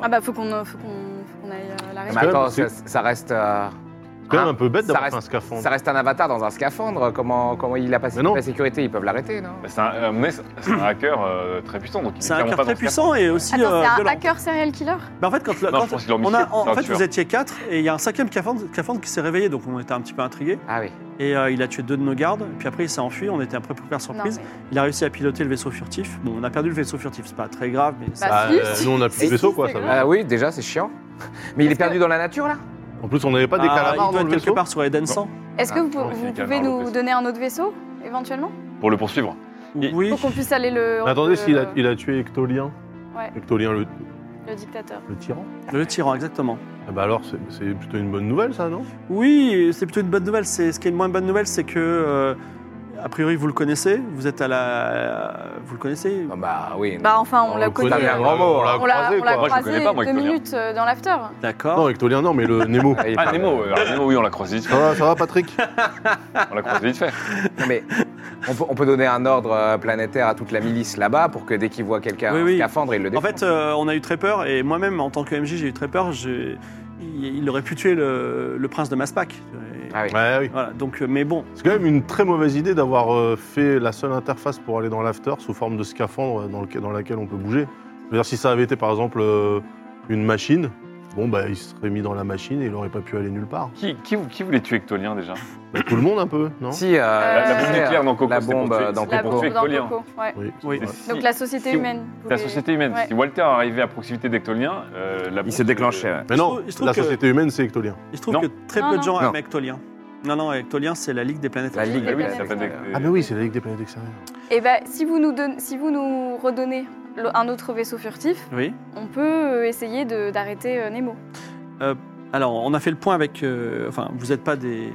D: Ah bah, faut qu'on euh, faut qu'on faut qu'on aille euh,
F: Mais
D: l'arrêter.
E: Parce que-
F: attends,
E: c'est-
F: ça, ça reste. euh,
E: c'est quand même un peu bête
F: ça
E: d'avoir
F: reste-
E: fait un scaphandre.
F: Ça reste un avatar dans un scaphandre. Comment, comment il a passé
E: Mais non.
F: la sécurité Ils peuvent l'arrêter, non
G: Bah, C'est un, à mon avis, c'est un hacker euh, très puissant, donc il est
A: C'est un
G: clairement
A: cœur
G: pas
A: très
G: dans ce
A: puissant et aussi
D: Attends,
A: euh,
D: c'est un
A: violent.
D: hacker serial killer
A: Mais en fait, quand, la-
G: Non,
A: quand-
G: je pense qu'il est
A: on a,
G: ambitieux,
A: en,
G: c'est un
A: fait, vous
G: tueur.
A: étiez quatre et il y a un cinquième scaphandre scaphandre qui s'est réveillé, donc on était un petit peu intrigués.
F: Ah oui.
A: Et euh, il a tué deux de nos gardes, puis après il s'est enfui, on était un peu pour faire
D: Non,
A: surprise.
D: mais-
A: Il a réussi à piloter le vaisseau furtif. Bon, on a perdu le vaisseau furtif, c'est pas très grave, mais ça-
D: Bah,
E: Ah,
D: si,
E: euh,
D: si.
E: nous, on a plus
D: Si,
E: de vaisseau,
D: si,
E: quoi.
D: c'est
E: Ça va.
F: Ah oui, déjà, c'est chiant. *laughs* Mais il est
D: Est-ce
F: perdu
D: que-
F: dans la nature, là
E: En plus, on n'avait pas des
A: Ah,
E: calamars
A: il doit
E: dans
A: être
E: le
A: quelque
E: vaisseau.
A: part sur Eden 100.
D: Est-ce que
F: Ah,
D: vous,
G: non,
D: vous
G: c'est
D: pouvez
G: Canard
D: nous
G: Lopez.
D: donner un autre vaisseau, éventuellement
G: cas. Pour le poursuivre. Et-
A: Oui.
D: Pour qu'on puisse aller le.
E: Mais attendez,
D: le-
E: s'il a, il a tué Ectolien.
D: Ouais.
E: Ectolien, le,
D: Le dictateur.
E: le tyran.
A: Le tyran, exactement.
E: Ah bah alors, c'est- c'est plutôt une bonne nouvelle, ça, non
A: Oui, c'est plutôt une bonne nouvelle. C'est ce qui est une moins bonne nouvelle, c'est que euh, a priori vous le connaissez, vous êtes à la, vous le connaissez.
F: Ah Bah oui.
D: Bah, enfin, on, l'a
E: le
D: connu.
F: connaît,
D: euh,
F: un grand mot,
E: on l'a
D: On l'a
E: croisé,
D: on l'a
E: quoi.
G: Moi, je le
D: croisé
G: connais pas, moi,
D: deux
G: Ectolien.
D: minutes euh, dans l'after.
E: Non,
A: D'accord.
E: Ectolien, non, mais le Nemo.
F: Ah, il
G: Ah,
F: parle-
G: Nemo, *laughs* euh, alors Nemo, oui, on l'a croisé vite
E: Ça
G: fait.
E: va, ça va, Patrick
G: On l'a croisé vite fait.
F: Non, mais on peut, on peut donner un ordre euh, planétaire à toute la milice là-bas pour que dès qu'ils voient quelqu'un
A: Oui,
F: en
A: oui.
F: scaphandre, ils le
A: En
F: défendent.
A: fait, euh, on a eu très peur, et moi-même en tant que MJ, j'ai eu très peur. Je- Il, il aurait pu tuer le, le prince de Maspak. Et
F: Ah oui.
E: Ouais, oui.
A: Voilà. Donc, euh, mais bon,
E: C'est quand même une très mauvaise idée d'avoir euh, fait la seule interface pour aller dans l'after sous forme de scaphandre euh, dans, lequel- dans laquelle on peut bouger. Je veux dire, si ça avait été par exemple euh, une machine, bon bah il serait mis dans la machine et il n'aurait pas pu aller nulle part.
G: Qui, qui, qui voulait tuer Ectolien déjà
E: Bah, tout le monde un peu, non
F: Si, euh,
G: La, la bombe
D: Euh,
G: nucléaire dans Coco,
F: la
G: c'était pour
F: bombe,
G: tuer-
F: euh, dans
G: c'était
D: La
G: pour
F: Coco.
G: tuer
D: bombe dans
G: Ectolien.
D: Coco, ouais.
E: Oui.
A: Oui.
E: Ouais.
G: Et si-
D: Donc la société
G: si-
D: humaine.
G: La
D: voulait-
G: société humaine.
D: Ouais.
G: Si Walter arrivait à proximité d'Ectolien, euh, la bombe- euh,
F: ouais.
E: Mais non,
A: Il se trouve
E: la
A: que-
E: société humaine c'est Ectolien.
A: il se trouve
G: Non.
A: que très
D: Non,
A: peu
D: non.
A: de gens
F: Non.
A: aiment Ectolien. Non, non, Ectolien, c'est la Ligue des planètes.
F: La Ligue
G: Ah oui,
D: des
G: ça s'appelle
D: planètes,
G: des-
E: Ah mais oui, c'est la Ligue des planètes extérieures.
D: Et ben, si vous nous donne- si vous nous redonnez le- un autre vaisseau furtif,
A: Oui.
D: on peut euh, essayer de- d'arrêter euh, Nemo.
A: Alors, on a fait le point avec. euh, enfin, vous n'êtes pas des.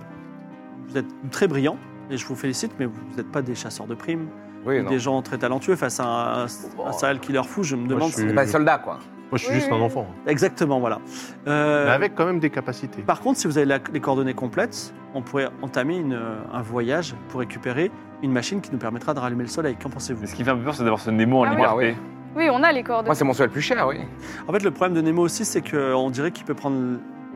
A: Vous êtes très brillants, et je vous félicite, mais vous n'êtes pas des chasseurs de primes,
F: Oui,
A: ou
F: non.
A: des gens très talentueux face à un, un serial killer fou. Je me demande
E: je suis-
A: si-
F: C'est pas des Bah, soldats, quoi.
E: Moi, je suis
D: Oui,
E: juste
D: oui,
E: un
D: oui.
E: enfant.
A: Exactement, voilà. Euh,
E: Mais avec quand même des capacités.
D: bah,
A: Par contre, si vous avez la- les coordonnées complètes, on pourrait entamer une, euh, un voyage pour récupérer une machine qui nous permettra de rallumer le soleil. Qu'en pensez-vous
G: Mais ce qui fait un peu peur, c'est d'avoir ce Nemo en
D: Ah oui.
G: liberté.
D: Oui, on a les
F: Moi,
D: coordonnées.
F: c'est mon souhait le plus cher, oui.
A: En fait, le problème de Nemo aussi, c'est qu'on dirait qu'il peut prendre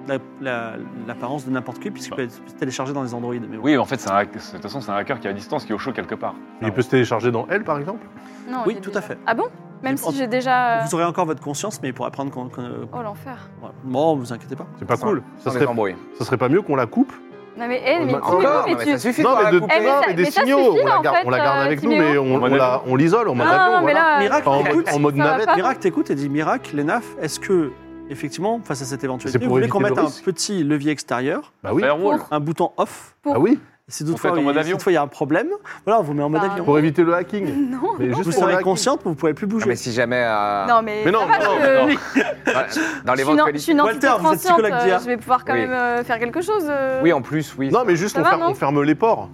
A: la- la- l'apparence de n'importe qui, puisqu'il peut être téléchargé dans les androïdes. Mais bon.
G: Oui, mais en fait, c'est un hack- c'est- de toute façon, c'est un hacker qui est à distance, qui est au chaud quelque part. Ah,
E: Il peut se télécharger dans elle, par exemple
D: Non,
A: Oui,
D: j'ai
A: tout
D: déjà-
A: à fait.
D: Ah bon Même
A: En-
D: si j'ai déjà. euh,
A: Vous aurez encore votre conscience, mais il pourra prendre. qu'on- qu'on-
D: Oh l'enfer.
A: voilà. Bon, vous inquiétez pas.
E: C'est pas
F: Sans-
E: cool. Ça
F: Sans
E: serait,
F: les embrouilles.
E: ça serait pas mieux qu'on la coupe
D: Non mais, eh, mais,
E: Encore,
D: Timéo,
F: Encore,
D: mais
F: non, mais
D: tu-
F: ça suffit pour
E: mais
F: la
E: de
F: coupe.
E: tout
D: Eh, mais
E: non,
D: ça-
E: mais des
D: mais ça
E: signaux.
D: suffit,
E: on, la
D: en
E: garde, on la
D: fait,
E: garde
D: euh,
E: avec nous,
D: Timéo.
E: mais on,
G: En mode
E: on la- on l'isole en
D: Non,
E: mode avion.
D: mais
E: voilà.
D: là,
A: Miracle,
E: Enfin, en,
A: t'écoutes.
E: mode- en mode
D: Ça va
E: navette.
D: pas.
A: Miracle, t'écoutes et dit Miracle, les nafs, est-ce que, effectivement, face à cette éventualité,
E: C'est
A: vous
E: pour
A: voulez qu'on
E: éviter
A: mette
E: le
A: un
E: risque.
A: petit levier extérieur,
E: Bah oui.
G: Firewall.
A: un bouton off
E: Ah oui,
A: Si toutefois
G: On fait en
A: il-
G: mode
A: si
G: avion.
A: toutefois, il y a un problème, voilà, on vous met en mode
D: Bah,
A: avion.
E: pour éviter le hacking.
D: *laughs* Non.
E: Mais
A: vous
E: juste pour le
A: serez
E: hacking.
A: consciente, vous ne pouvez plus
F: Ah,
A: bouger.
F: mais si jamais. euh,
D: Non mais.
E: Mais non,
D: ça va,
E: non,
D: je-
E: non.
D: *laughs*
F: voilà, Dans
D: Je suis une- je suis
F: l'éventualité.
D: une
A: Walter,
D: entité
A: vous êtes
D: transciente,
A: psychologue d'IA.
D: euh, je vais pouvoir quand
F: Oui.
D: même euh, faire quelque chose. euh.
F: Oui, en plus, oui.
E: Non, mais juste
D: Ça
E: on,
D: va,
E: ferme,
D: non
E: on ferme les ports.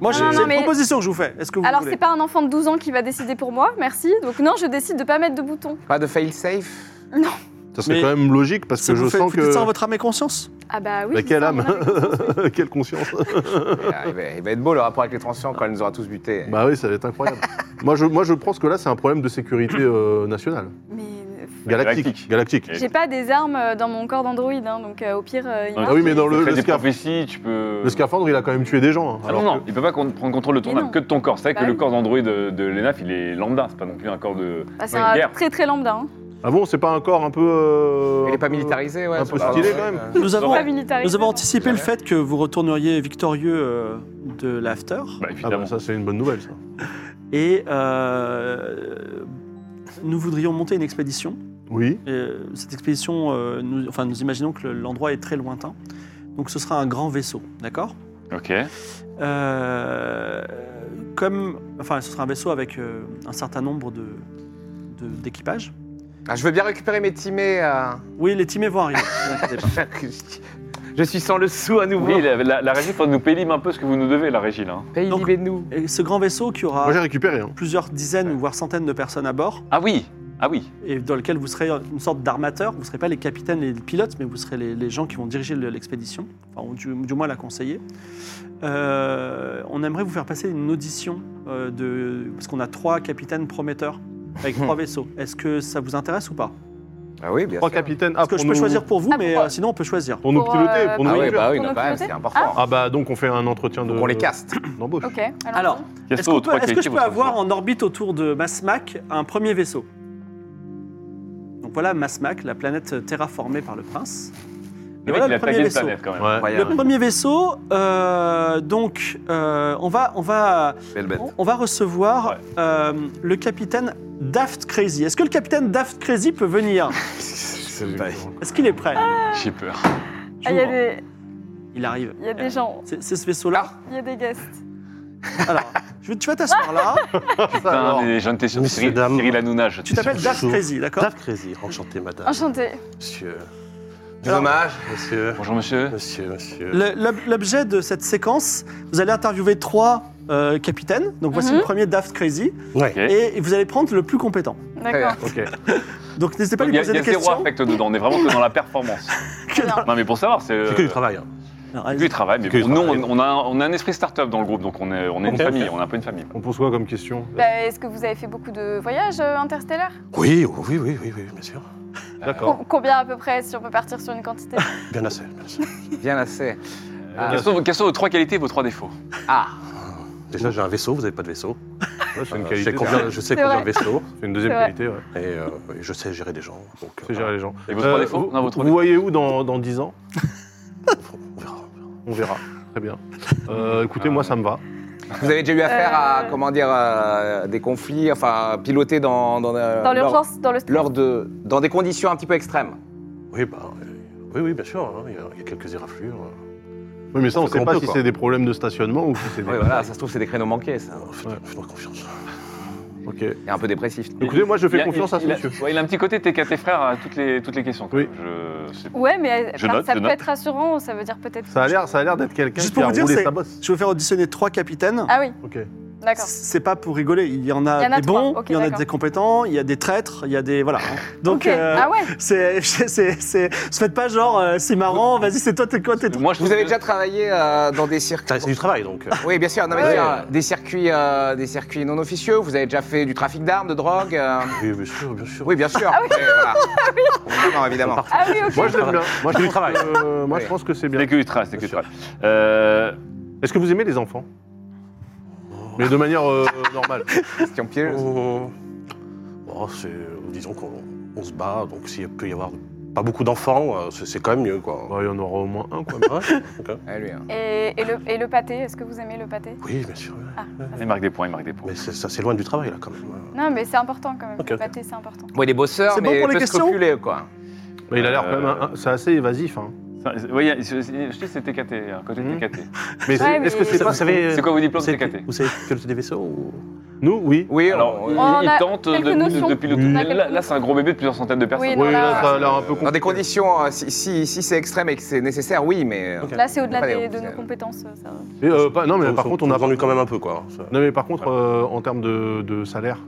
A: Moi, j'ai
D: Non,
A: j'ai
D: non,
A: une
D: mais-
A: proposition que je vous fais. Est-ce que vous
D: Alors
A: voulez
D: c'est pas un enfant de 12 ans qui va décider pour moi, merci. Donc non, je décide de pas mettre de bouton.
F: Pas de fail safe.
E: Ça serait
A: Mais-
E: quand même logique parce
A: Ça
E: que
A: vous
E: je
A: fait-
E: sens
A: vous dites ça en
E: que.
A: votre âme et conscience
D: Ah bah oui.
E: Bah,
D: c'est
E: quelle
D: ça,
E: *laughs*
D: mon
E: âme Quelle conscience
F: il, va, il va être beau le rapport avec les transients quand elle nous aura tous butés.
E: Bah oui, ça va être incroyable. moi, je, moi, je pense que là, c'est un problème de sécurité euh, nationale.
D: Mais euh,
E: Galactique. Galactique.
G: Et-
D: j'ai pas des armes euh, dans mon corps d'androïde, hein, donc euh, au pire. euh, il
G: Ah
E: Ah
D: marche.
E: oui, mais dans
G: Tu
E: le,
G: fais
E: le
G: des
E: scaphandre,
G: prophéties, tu peux.
E: le scaphandre, il a quand même tué des gens. hein.
G: euh, Ah
E: Alors
G: non, non,
E: que-
G: il peut pas con- prendre contrôle de ton
D: Mais
G: âme,
D: non.
G: que de ton corps. C'est vrai
D: Bah
G: que le
D: oui.
G: corps d'Android de, de l'ENAF, il est lambda, c'est pas non plus un corps de.
D: Bah, c'est
G: de
D: un
G: guerre.
D: très très lambda. hein.
E: Ah bon, c'est pas un corps un peu. euh,
F: Il est pas
E: un peu-
F: militarisé, ouais.
E: un
F: c'est
E: peu
F: pas-
E: stylé,
F: ouais,
E: quand même.
F: ouais.
A: *laughs* Nous avons,
D: Pas militarisé.
A: nous avons anticipé le
F: Jamais.
A: fait que vous retourneriez victorieux euh, de l'after.
G: Bah
E: Ah
G: évidemment.
E: bah ça c'est une bonne nouvelle ça.
A: Et euh, nous voudrions monter une expédition.
E: Oui.
A: Euh, cette expédition, euh, nous, enfin, nous imaginons que le- l'endroit est très lointain. Donc ce sera un grand vaisseau, d'accord
G: ok.
A: Euh, comme, enfin, ce sera un vaisseau avec euh, un certain nombre de de- d'équipages.
F: Ah, je veux bien récupérer mes timés. euh,
A: oui, les teamés vont arriver. ne vous inquiétez pas.
F: Je suis sans le sou à nouveau.
G: Oui, la, la- la régie, faut nous pélibe un peu ce que vous nous devez, la régie, là. hein.
F: Pays
A: Donc-
F: libérez-nous.
A: Et ce grand vaisseau qui aura
E: Moi j'ai récupéré. Hein.
A: plusieurs dizaines voire centaines de personnes à bord
G: Ah oui Ah oui
A: et dans lequel vous serez une sorte d'armateur. Vous ne serez pas les capitaines, les pilotes, mais vous serez les, les gens qui vont diriger le- l'expédition, enfin, ou du, du moins la conseiller. Euh, on aimerait vous faire passer une audition euh, de parce qu'on a trois capitaines prometteurs avec
G: *laughs*
A: trois vaisseaux. Est-ce que ça vous intéresse ou pas
F: Ah oui, bien
E: Trois
F: sûr.
E: capitaines. Ah,
A: Parce que
E: pour
A: je peux
E: nous-
A: choisir pour vous,
D: Ah,
A: mais
D: pourquoi
A: euh, sinon on peut choisir.
E: Pour nous
D: Pour,
E: piloter,
D: euh,
E: pour nous
F: Ah oui,
E: conduire.
F: bah oui,
D: Pour
F: non,
D: nous
F: quand même,
D: piloter.
F: c'est important.
E: Ah bah donc on fait un entretien de.
A: Ah.
F: Donc on les caste.
E: D'embauche.
D: Ok. allons-y.
A: Alors,
G: Quels
A: Est-ce
G: sont
A: qu'on
G: vos
A: peut-
G: trois
A: est-ce que je
G: qualités
A: peux
G: pour ce
A: avoir
G: soir
A: en orbite autour de Masmac un premier vaisseau Donc voilà Masmac, la planète terraformée par le prince.
G: Le mec,
A: voilà
G: il a tagué une
A: vaisseau.
G: planète quand même.
E: Ouais.
F: Incroyable.
A: Ah. Le premier vaisseau, euh, donc euh, on, va, on, va,
F: Belle bête.
A: on- on va recevoir
G: Ouais.
A: euh, le capitaine Daft Crazy. Est-ce que le capitaine Daft Crazy peut venir Est-ce qu'il est prêt
G: J'ai peur.
D: Ah, il y a
A: J'ouvre.
D: des,
A: Il arrive.
D: il y a des gens,
A: C'est c'est ce vaisseau-là.
D: il y a des guests.
G: Ah.
A: Alors, je vais- tu vas t'asseoir
G: *laughs*
A: là.
G: Putain, mais j'en étais sûr.
H: Messieurs,
G: Cyril,
H: dames.
G: Cyril Hanouna, je
A: Tu t'appelles Daft
H: Bonjour.
A: Crazy, d'accord
H: Dave Crazy, enchanté madame.
D: Enchanté.
H: Monsieur. Ah,
F: Dommage.
H: Monsieur.
G: Bonjour monsieur.
H: Monsieur, monsieur.
A: Le- l'ob- L'objet de cette séquence, vous allez interviewer trois euh, capitaines. Donc voici
D: Mhm.
A: le premier Daft Crazy.
H: Ouais.
G: Ok.
A: Et vous allez prendre le plus compétent.
D: D'accord.
E: Ok.
A: Donc n'hésitez pas à
G: Il
A: lui
G: y a, il
A: poser
G: y a
A: des
G: zéro
A: questions.
G: affect dedans, on est vraiment que dans la performance.
E: *laughs*
G: non mais pour savoir, c'est...
H: C'est que du travail. hein.
A: Alors,
G: Lui, il travaille, mais
H: C'est que
G: bon,
H: du
G: nous,
H: travail.
G: on, on a, on a un esprit start-up dans le groupe, donc on est, on est une
H: Ok.
G: famille, on est un peu une famille.
E: On pose quoi comme question
D: Bah, Est-ce que vous avez fait beaucoup de voyages euh, interstellaires
H: Oui, oui, oui, oui, oui, bien sûr.
G: D'accord.
D: Com- Combien à peu près, si on peut partir sur une quantité
H: Bien assez, bien assez.
F: Bien assez. Ah.
G: Quelles, sont, vos- quelles sont vos trois qualités et vos trois défauts
F: Ah,
H: Déjà, j'ai un vaisseau, vous n'avez pas de vaisseau.
E: Ouais, C'est une
H: Euh,
E: qualité.
H: je sais combien,
E: ça.
H: je sais
D: C'est
H: combien
D: vrai.
H: de vaisseaux.
E: C'est une deuxième
D: C'est vrai.
E: qualité, ouais.
H: Et, euh, et je sais gérer des gens. Donc, euh,
E: C'est gérer les gens.
G: Et vos trois défauts
E: vous,
G: Non, vos trois
E: vous
G: défauts.
E: voyez où dans, dans 10 ans
H: on verra. on verra.
E: On verra. Très bien. Euh, écoutez, moi ça me va.
F: vous avez déjà eu affaire à,
D: Euh.
F: comment dire, euh, des conflits, enfin, piloter dans... Dans, euh,
D: Dans
F: lors-
D: l'urgence, dans le stress
F: lors de, dans des conditions un petit peu extrêmes.
H: Oui, bah, euh, oui, oui, bien sûr. hein, Il y, a- il y a quelques éraflures.
E: Oui, mais ça,
H: On
E: on
H: fait
E: sait
H: comme on
E: pas
H: peut,
E: si
H: quoi.
E: c'est des problèmes de stationnement ou si c'est des.
F: Oui, voilà, ça se trouve, c'est des créneaux manqués, ça.
H: Euh, Faites-moi faites-moi confiance.
E: Ok.
F: Et un peu dépressif.
E: Écoutez, moi je
G: Il
E: fais
G: a-
E: confiance
G: il-
E: à ce
G: il a-
E: monsieur.
G: ouais, il a un petit côté TKT frère à toutes les, toutes les questions. quand
E: Oui.
G: même. Je sais pas.
D: Ouais, mais euh,
G: Je
D: par-
G: note,
D: ça
G: je
D: peut
G: note.
D: être rassurant, ça veut dire peut-être.
E: Ça a l'air, ça a l'air d'être quelqu'un
A: Juste
E: qui
A: pour
E: a
A: vous dire,
E: roulé
A: c'est-
E: sa bosse.
A: Je vais faire auditionner trois capitaines.
D: Ah oui,
E: Ok.
D: D'accord.
A: C'est pas pour rigoler. Il y en a,
D: Il y en a
A: des bons,
D: trois. Ok,
A: il y en a
D: d'accord.
A: des compétents, il y a des traîtres, il y a des. Voilà. Donc,
D: Ok.
A: euh,
D: Ah ouais
A: c'est, c'est, c'est, c'est- se faites pas genre, euh, c'est marrant, vas-y, c'est toi, t'es quoi, t'es toi.
G: Moi, je
F: Vous
G: trouve
F: avez
G: que-
F: déjà travaillé euh, dans des
H: Ça,
F: circuits
H: C'est du travail, donc. euh,
F: Oui, bien sûr. Non, mais
H: Ouais.
F: je veux dire, des circuits, euh, des circuits non officieux. Vous avez déjà fait du trafic d'armes, de drogue. euh,
H: Oui, bien sûr, bien sûr.
F: Oui, bien sûr. mais voilà. Non, évidemment.
H: Parfait.
D: Ah oui, ok.
E: Moi, je l'aime bien. Moi, je
H: Du
E: pense
H: travail.
E: que- euh, moi, je
F: Oui.
E: pense que c'est bien.
G: C'est que du trash, c'est que du trash. Euh,
E: Est-ce que vous aimez les enfants Mais de manière euh, normale.
F: Question piège.
H: Oh, oh, c'est-
E: euh,
H: disons qu'on on se bat, donc s'il peut y avoir pas beaucoup d'enfants, euh, c'est c'est quand même mieux, quoi.
E: Bah, Il y en aura au moins un, quoi.
H: Ouais, ok.
F: Ouais, lui, hein.
D: Et, et le, et le pâté, est-ce que vous aimez le pâté
H: Oui, bien sûr. ouais.
G: il marque des points, il marque des points.
H: Mais c'est- ça s'éloigne du travail, là, quand même. ouais.
D: Non, mais c'est important quand même.
H: Ok,
D: le
H: ok.
D: pâté, c'est important.
F: Bon, il est bosseur,
A: C'est bon
F: mais
A: pour les
F: peu
A: questions
F: scrupuleux, quoi.
E: Mais il a l'air
G: Euh,
E: quand même. un- un- C'est assez évasif. Hein.
G: Ça, c'est- Oui, il- c'est- c'est- je sais, c'est TKT, hein, côté
E: Mhm.
G: TKT.
E: Mais
D: Ouais,
E: est-ce
D: mais-
E: que c'est
H: Ça,
E: pas. euh,
H: vous savez,
G: C'est quoi vos diplômes
H: vous savez-
G: TKT
H: Vous savez piloter des vaisseaux ou...
E: Nous, oui.
F: Oui,
G: Alors,
F: on-
G: il,
D: on
G: il
D: a
G: tente de,
D: quelques notions.
G: de- de piloter.
E: Oui.
D: On a quelques
G: Là, là, c'est un gros bébé de plusieurs centaines de personnes.
D: Oui, non,
E: Oui, là,
D: là,
E: ça a l'air un peu
F: dans des
E: compliqué.
F: conditions, euh, si, si, si c'est extrême et que c'est nécessaire, oui, mais. euh,
D: là, c'est au-delà
F: Allez,
D: des-
F: on-
D: de nos compétences. euh, ça va.
E: Et, euh, pas- non, mais par contre, on a.
H: vendu quand même un peu, quoi. Ça-
E: Non, mais par contre, euh, en termes de, de salaire,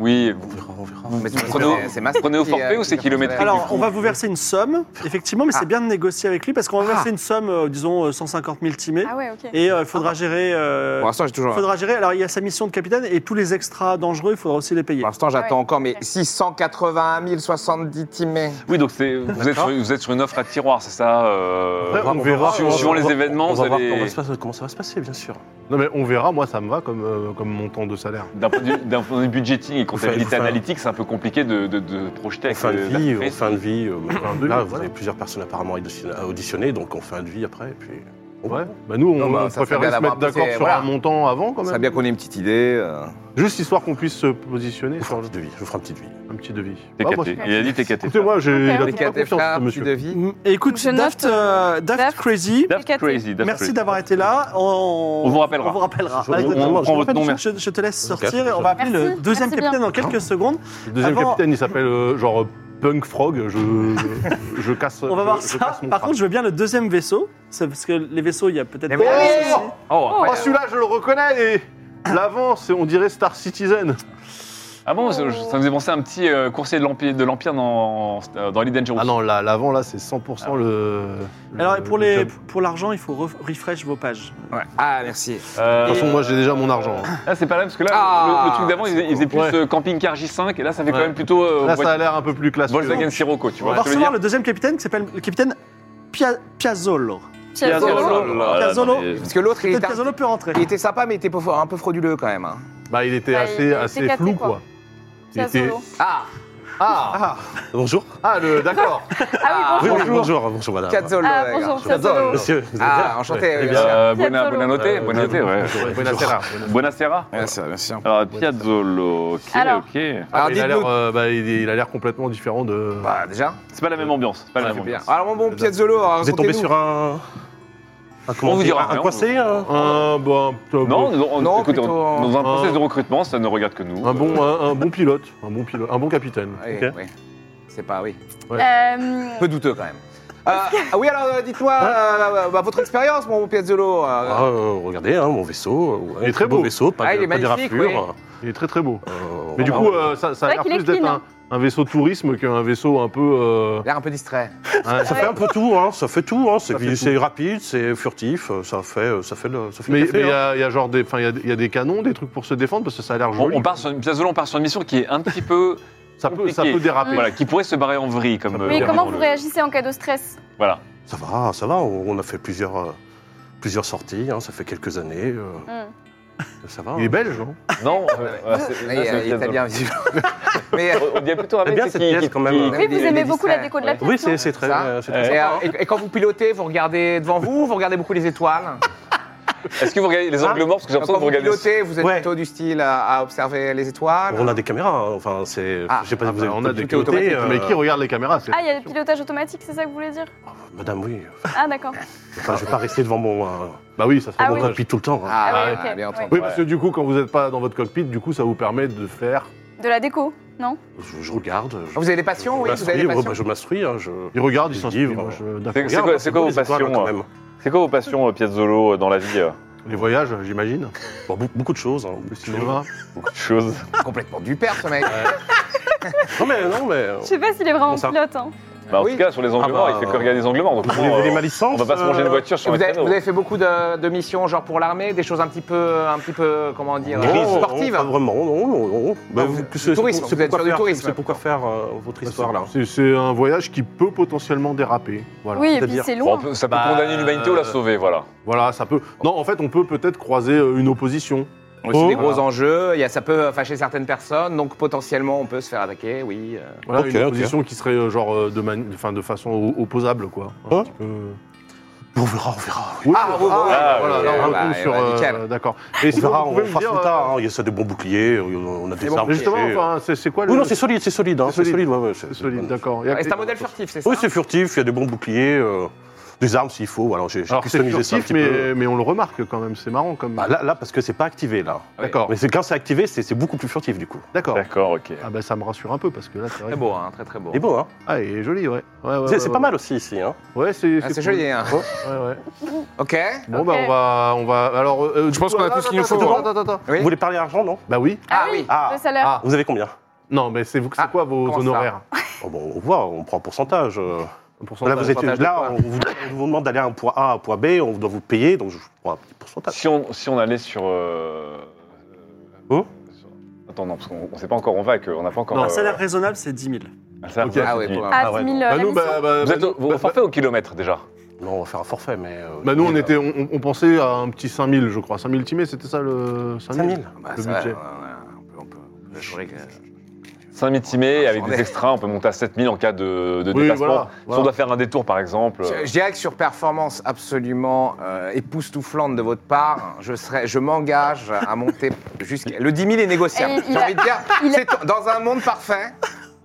G: Oui,
H: On verra, on verra.
F: mais c'est-
G: Prenez au-
F: c'est- c'est Mastin
G: prenez au
F: qui, euh,
G: forfait ou
F: qui
G: c'est
F: fait
G: kilométrique,
F: son salaire.
A: Alors, on va vous verser une somme, effectivement, mais
F: Ah.
A: c'est bien de négocier avec lui parce qu'on va
F: Ah.
A: verser une somme, euh, disons, euh, 150 000 timés.
D: Ah ouais, ok.
A: Et euh, il faudra gérer. euh,
F: Pour l'instant, j'ai toujours.
A: il faudra gérer. Alors, il y a sa mission de capitaine et tous les extras dangereux, il faudra aussi les payer.
F: Pour l'instant, j'attends
D: Ouais.
F: encore, mais 681 070 timés.
G: oui, donc c'est- vous êtes, sur, vous êtes sur une offre à tiroir, c'est ça euh,
E: Après, on
H: va
E: verra,
H: voir,
E: suivant-
H: on va
G: suivant les
H: voir-
G: événements,
H: on va
G: vous
H: voir
G: allez-
H: comment, ça se passe- comment ça va se passer, bien sûr.
E: non mais on verra. Moi, ça me va comme euh, comme montant de salaire.
G: D'un point, de vue- d'un point de vue budgeting et
H: Vous
G: comptabilité
H: faites- vous faites-
G: analytique, c'est un peu compliqué de, de- de projeter
H: On
G: avec
H: fait un
G: le- la
H: devis, on
G: presse.
H: fait un devis.
E: *coughs*
H: euh, Là, vous
E: voilà.
H: avez plusieurs personnes apparemment auditionnées- à auditionner, donc on fait un devis après, et puis...
E: Ouais. Bah nous, on,
F: Non, bah,
E: on
F: ça serait
E: préférait
F: bien
E: se
F: d'avoir
E: mettre
F: un peu
E: d'accord
F: ces-
E: sur
F: voilà.
E: un montant avant, quand
F: Ça
E: même.
F: serait bien qu'on ait une petite idée. euh.
E: Juste histoire qu'on puisse se positionner
H: Je vous
E: sur
H: ferai un petit devis, je vous ferai un petit devis.
E: un petit devis. Ah, moi,
G: TKT. Il a dit TKT.
E: Écoutez-moi, j'ai il a
F: Les
D: Ok,
E: toute ma
F: quatre
E: confiance,
F: frères,
E: ce
F: petit
E: monsieur.
F: devis.
A: Mm, Écoute,
D: Je note,
A: Daft, euh, Daft
D: Daft.
A: Crazy,
G: Daft
D: TKT.
G: Crazy. Daft
A: merci
G: Crazy.
A: d'avoir été là. On,
G: On vous rappellera.
A: On vous rappellera.
H: Je- on-
A: Exactement.
G: on prend
A: Je-
G: votre nom, merci.
A: Je, je te laisse
H: Ok,
A: sortir et
H: merci.
A: on va appeler le
D: Merci,
A: deuxième
D: merci
A: capitaine
D: bien.
A: dans quelques secondes.
E: Le deuxième
A: Avant-
E: capitaine, il s'appelle euh, genre euh, Punk Frog. Je, je,
F: *laughs*
E: je casse.
A: On va voir
E: je- je
A: ça.
E: casse mon
A: Par
E: crâne.
A: contre, je veux bien le deuxième vaisseau. C'est parce que les vaisseaux, il y a peut-être.
F: Mais oui,
A: Ah,
F: oui,
G: Oh,
E: Oh, celui-là, je le reconnais. Et... L'avance, on dirait Star Citizen.
G: Ah bon, ça ça me faisait penser à un petit euh, coursier de l'Empire, de l'Empire dans, dans Ellie Dangerous.
E: Ah non, là, l'avant, là, c'est 100% le.
A: Alors,
E: le-
A: pour
E: le
A: les,
E: job.
A: pour l'argent, il faut re- refresh vos pages.
F: Ah, merci.
G: Euh,
E: De toute façon, moi, j'ai déjà mon argent. hein.
G: Là, c'est pas là, parce que là,
F: Ah,
G: le, le truc d'avant, il,
F: c'est
G: il faisait plus
E: Ouais.
G: euh, camping-car J5, et là, ça fait
E: Ouais.
G: quand même plutôt euh,
E: Là, ça
G: voit-
E: a l'air un peu plus classe.
G: Volkswagen Sirocco, tu
A: On
G: vois.
A: va
G: ce que je veux
A: recevoir
G: dire
A: le deuxième capitaine qui s'appelle le capitaine Pia- Piazzolo.
G: Ah,
D: Piazzolo.
G: Piazzolo, là, là,
A: Piazzolo.
G: non, mais-
F: Parce que l'autre, il
A: Peut-être
F: était,
A: Piazzolo peut rentrer.
F: il était sympa, mais il était un peu frauduleux quand même. hein.
E: Bah, il était
D: Bah, il
E: assez,
D: était
E: assez
D: éclaté,
E: flou,
D: quoi.
E: quoi. Il
D: Piazzolo.
E: était-
F: Ah Ah
E: Ah,
H: Bonjour.
E: ah le- d'accord.
D: Ah oui,
H: Oui, oui,
D: bonjour.
H: bonjour, bonjour, madame.
F: Piazzolo,
D: Ah,
F: les gars.
D: bonjour, Piazzolo.
H: Monsieur, vous allez
F: Ah,
H: bien
F: enchanté,
H: Ouais, très
F: bien
H: bien.
F: sûr.
G: Euh, buona,
D: Piazzolo.
G: buona notte,
H: Euh,
G: buona notte, ouais.
E: Bonne
G: Buonasera.
F: Bien sûr, bien sûr.
G: Alors, Piazzolo, ok,
D: Alors.
G: ok.
F: Alors,
E: il, a l'air,
F: dites-nous.
E: euh, bah, il est- il a l'air complètement différent de.
F: Bah, déjà,
G: C'est pas la même ambiance, c'est pas
F: ça
G: la
F: fait
G: même
F: bien.
G: ambiance.
F: Alors, mon bon Piazzolo,
H: Vous êtes tombé
F: racontez-nous.
H: sur un... un comment
G: On vous
H: dire,
G: dira,
H: Un
G: hein,
H: coincé un-
E: un, bon, un-
G: Non, non,
F: Non,
G: écoutez, on-
F: plutôt en-
G: dans un process
E: en-
G: de recrutement, ça ne regarde que nous.
E: un bon, un, un bon pilote, un bon pilote, un bon capitaine.
F: Oui,
H: Ok.
F: oui. C'est pas, oui.
D: Euh,
F: Peu douteux quand même. Euh, ah oui, alors euh, dites-moi euh, bah, votre expérience, mon bon Piazzolo. euh,
H: Hein Ah, euh, regardez, hein, mon vaisseau.
E: Il est très beau.
H: Beau vaisseau, pas
F: Ah,
H: de-
F: il est
H: pas de
F: magnifique,
H: raflures.
E: Il est très très beau.
H: Euh,
E: Mais du
H: voilà.
E: coup, euh, ça, ça a
D: vrai
E: l'air
D: qu'il est
E: plus d'être
D: clean,
E: un,
D: hein.
E: un vaisseau tourisme qu'un vaisseau un peu. euh,
F: Il a l'air un peu distrait.
E: un-
H: Ça fait un peu tout, hein, ça fait tout. Hein. C'est
E: Ça fait
H: c'est rapide, c'est furtif, euh, ça fait, euh, ça fait le, ça fait le
E: Mais mais il
H: café,
E: y,
H: hein.
E: a il y a genre des, enfin il y a- il y a des canons, des trucs pour se défendre parce que ça a l'air
G: On,
E: joli.
G: on part sur une, Piazzolo, on part sur une mission qui est un petit peu.
E: ça peut, ça
G: compliqué.
E: peut déraper.
G: *laughs* Voilà, qui pourrait se barrer en vrille, comme.
E: Ça
G: euh,
E: peut
D: Mais
E: Regardez
D: comment
E: dans
D: vous
E: le-
D: réagissez en cas de stress
G: Voilà.
H: Ça va, ça va. On, on a fait plusieurs, euh, plusieurs sorties. hein, ça fait quelques années. euh,
D: Hmm.
H: ça va.
E: Il est
H: hein.
E: belge, non
G: Non, euh, voilà, c'est-
F: Il
G: là, c'est un
F: est
G: Piazzolo.
F: italien, visiblement. *laughs* Mais euh,
G: On dirait plutôt un
H: J'aime
G: mec
H: bien
G: qui-
H: cette
G: qui-
H: pièce,
G: qui-
H: quand même.
F: qui-
D: Oui, vous
F: il est
D: aimez beaucoup la
F: distrait.
D: déco de la pièce,
H: Oui, c'est
D: non
H: c'est très,
F: Ça
H: euh, c'est très
G: Euh,
F: et,
H: sympa,
F: euh,
H: hein.
F: et- et quand vous pilotez, vous regardez devant vous, vous regardez beaucoup les étoiles.
G: Est-ce que vous regardez les angles morts Parce que j'ai
F: Quand
G: l'impression que vous
F: vous
G: regardez.
F: pilotez, vous êtes
H: Ouais.
F: plutôt du style à, à observer les étoiles.
H: On a des caméras. hein, Enfin, c'est.
F: Ah,
H: je sais pas
E: Ah
H: si vous
E: bah,
H: avez.
E: On a des
H: tout est automatique,
E: côtés, mais
H: euh,
E: qui regarde les caméras c'est-
D: Ah, il y a le pilotage automatique, c'est ça que vous voulez dire
H: Madame, oui.
D: Ah, d'accord.
H: Enfin, je vais pas rester devant mon, euh,
E: Bah oui, ça serait
D: Ah
H: mon
D: oui.
E: dommage.
H: cockpit tout le temps. hein.
F: Ah,
D: Ah oui,
F: ouais,
D: ok,
F: bien
D: ouais.
F: entendu.
E: Oui, parce que du coup, quand vous n'êtes pas dans votre cockpit, du coup, ça vous permet de faire.
D: De la déco, non
H: Je, je regarde. Je,
F: Vous avez des
H: je
F: passions, oui Vous avez
H: m'instruis,
F: des
H: ouais,
F: passions
H: bah, je m'instruis. hein, je-
E: Il regarde, il
H: Des
E: s'inspire. euh,
H: livres.
E: Moi, je- d'accord.
G: C'est c'est quoi, c'est quoi
H: Regarde,
G: vos
H: c'est beau, les étoiles,
G: passions
H: hein, quand
G: euh,
H: même.
G: C'est quoi vos passions, euh, Piazzolo, euh, dans la vie euh
E: Les voyages, j'imagine.
H: Bon, be- beaucoup de choses. hein, beaucoup de
E: Le cinéma.
G: Beaucoup de choses.
F: Complètement du père, ce mec.
H: choses. Non, mais. Non, mais euh,
D: Je sais pas s'il est vraiment
H: Bon, ça-
D: pilote. Hein.
G: Bah, en
F: Oui.
G: tout cas, sur les angles
H: Ah bah,
G: morts, il fait que
H: euh,
G: regarder les angles morts. Donc,
H: vous
G: on-
H: voulez voler ma licence
G: on va pas se manger
H: euh,
G: une voiture
F: Et
G: sur un
F: Vous avez,
G: traîneau.
F: vous avez fait beaucoup de, de missions, genre pour l'armée, des choses un petit peu, un petit peu comment dire,
H: non,
F: euh,
H: non,
F: sportives.
H: Pas vraiment, non, non, non. Bah,
F: vous-
H: vous-
F: du
H: c'est-
F: tourisme,
H: c'est
F: vous êtes
H: pourquoi
F: sur du
H: faire-
F: tourisme.
H: C'est pourquoi faire euh, votre histoire, là.
E: C'est- C'est un voyage qui peut potentiellement déraper. Voilà.
D: oui, et puis
H: c'est-à-dire-
D: c'est
G: Bon, on
D: loin.
G: peut- ça peut
H: Bah,
G: condamner l'humanité ou la sauver, voilà.
E: Voilà, ça peut. Non, en fait, on peut peut-être croiser euh, une opposition.
F: Oui, c'est
E: Oh.
F: des gros
E: Voilà.
F: enjeux, il y a, ça peut euh, fâcher certaines personnes, donc potentiellement on peut se faire attaquer, oui. euh.
E: Voilà,
H: Ok,
E: une
H: ok.
E: opposition qui serait euh, genre euh, de, mani- enfin, de façon o- opposable, quoi. Un
H: Hein
E: petit peu.
H: On verra, on verra.
E: Oui,
F: Ah, oui, oui, oui,
G: oui,
E: voilà,
G: oui,
E: là,
G: oui,
E: on
F: bah,
E: retombe
F: eh
E: sur.
F: bah,
E: euh,
F: nickel.
E: D'accord.
H: On
E: Et sinon,
H: verra,
E: vous
H: on
E: pouvez me
H: fera
E: dire,
H: son
E: euh,
H: tas. hein, Il y a ça des bons boucliers, on a des
F: bon,
H: armes.
E: mais Justement,
H: cachées.
E: enfin, c'est c'est quoi le.
H: Oui, non, c'est solide, c'est solide. hein,
E: C'est
H: C'est solide,
E: solide.
H: ouais, ouais,
E: C'est solide, d'accord. Il y a-
F: Et c'est un modèle furtif, c'est ça
H: Oui, c'est furtif, il y a des bons boucliers, euh, des armes s'il faut. Alors, j'ai j'ai
E: Alors, c'est
H: customisé ça un
E: furtif,
H: petit peu.
E: mais, mais on le remarque quand même, c'est marrant comme.
H: Bah, là, là, parce que c'est pas activé, là.
E: D'accord,
H: Mais c'est- quand c'est activé, c'est c'est beaucoup plus furtif, du coup.
E: d'accord.
G: D'accord, ok.
E: Ah bah ça me rassure un peu parce que là c'est vrai.
F: Très
E: que-
F: beau, hein, très très beau.
H: Et bon, hein
E: Ah, il est joli, ouais. ouais, ouais,
H: C'est
E: ouais,
H: c'est
E: ouais.
H: pas mal aussi, ici. Hein.
E: Ouais, c'est
F: Ah, c'est
E: cool.
F: joli, hein.
E: Ouais, ouais.
F: Ok.
E: Bon, bah,
D: Ok.
E: on va. On va alors, euh,
F: Je pense qu'on a
E: attends,
F: tout ce qu'il nous
E: attends,
F: faut,
E: Attends, attends, attends.
F: Oui.
H: Vous voulez parler argent, non
E: Bah oui.
F: Ah oui.
H: Ah,
D: Le salaire.
E: Ah.
H: vous avez combien
E: Non, mais c'est vous c'est
F: Ah,
E: quoi vos
F: comment ça
E: honoraires
H: Oh, bon, On voit, on prend un pourcentage. euh. Là, vous êtes,
F: pourcentage de
H: là
F: quoi
H: on, vous, on vous demande d'aller à un point A, à un point B, on doit vous payer, donc je prends un petit pourcentage.
G: Si on, si on allait sur. euh,
H: Oh.
G: sur- Attends, non, parce qu'on on sait pas encore où on va et qu'on n'a pas encore.
E: Non,
G: euh,
A: Un salaire raisonnable, c'est 10 000.
G: un salaire,
E: Ok.
G: c'est
F: Ah oui,
G: fini.
F: pour un-
D: À
H: Ah ouais,
D: 10 000
H: non.
D: euh, la
E: Bah, nous,
D: mission.
E: bah, bah,
G: Vous êtes
E: bah,
G: au, vous- au
E: bah,
G: forfait au kilomètre déjà
H: Non, on va faire un forfait, mais. euh,
E: bah, nous, on,
H: euh,
E: était, on, on pensait à un petit 5000, je crois. 5000 timés, c'était ça le 5000
H: 5000.
F: Bah,
E: Le
F: ça va,
E: budget.
F: ouais, ouais, on peut- on peut- on peut jouer que-
G: 5 mitimés, avec
F: Ouais.
G: des extras, on peut monter à 7000 en cas de, de
E: Oui,
G: déplacement.
E: voilà,
G: Si
E: voilà.
G: on doit faire un détour par exemple.
F: Je,
G: euh,
F: je dirais que sur performance absolument euh, époustouflante de votre part, je, serais- je m'engage à monter jusqu'à. Le 10 000 est
H: bah,
F: négociable.
D: *laughs* Et il
F: J'ai
D: a-
F: envie de dire,
D: il a-
F: c'est- dans un monde parfait,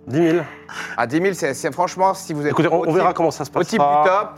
H: 10 000.
F: à 10 000, c'est c'est- franchement, si vous êtes.
H: Écoutez, on,
F: au
H: on verra
F: type-
H: comment ça se passe.
F: Au type du top,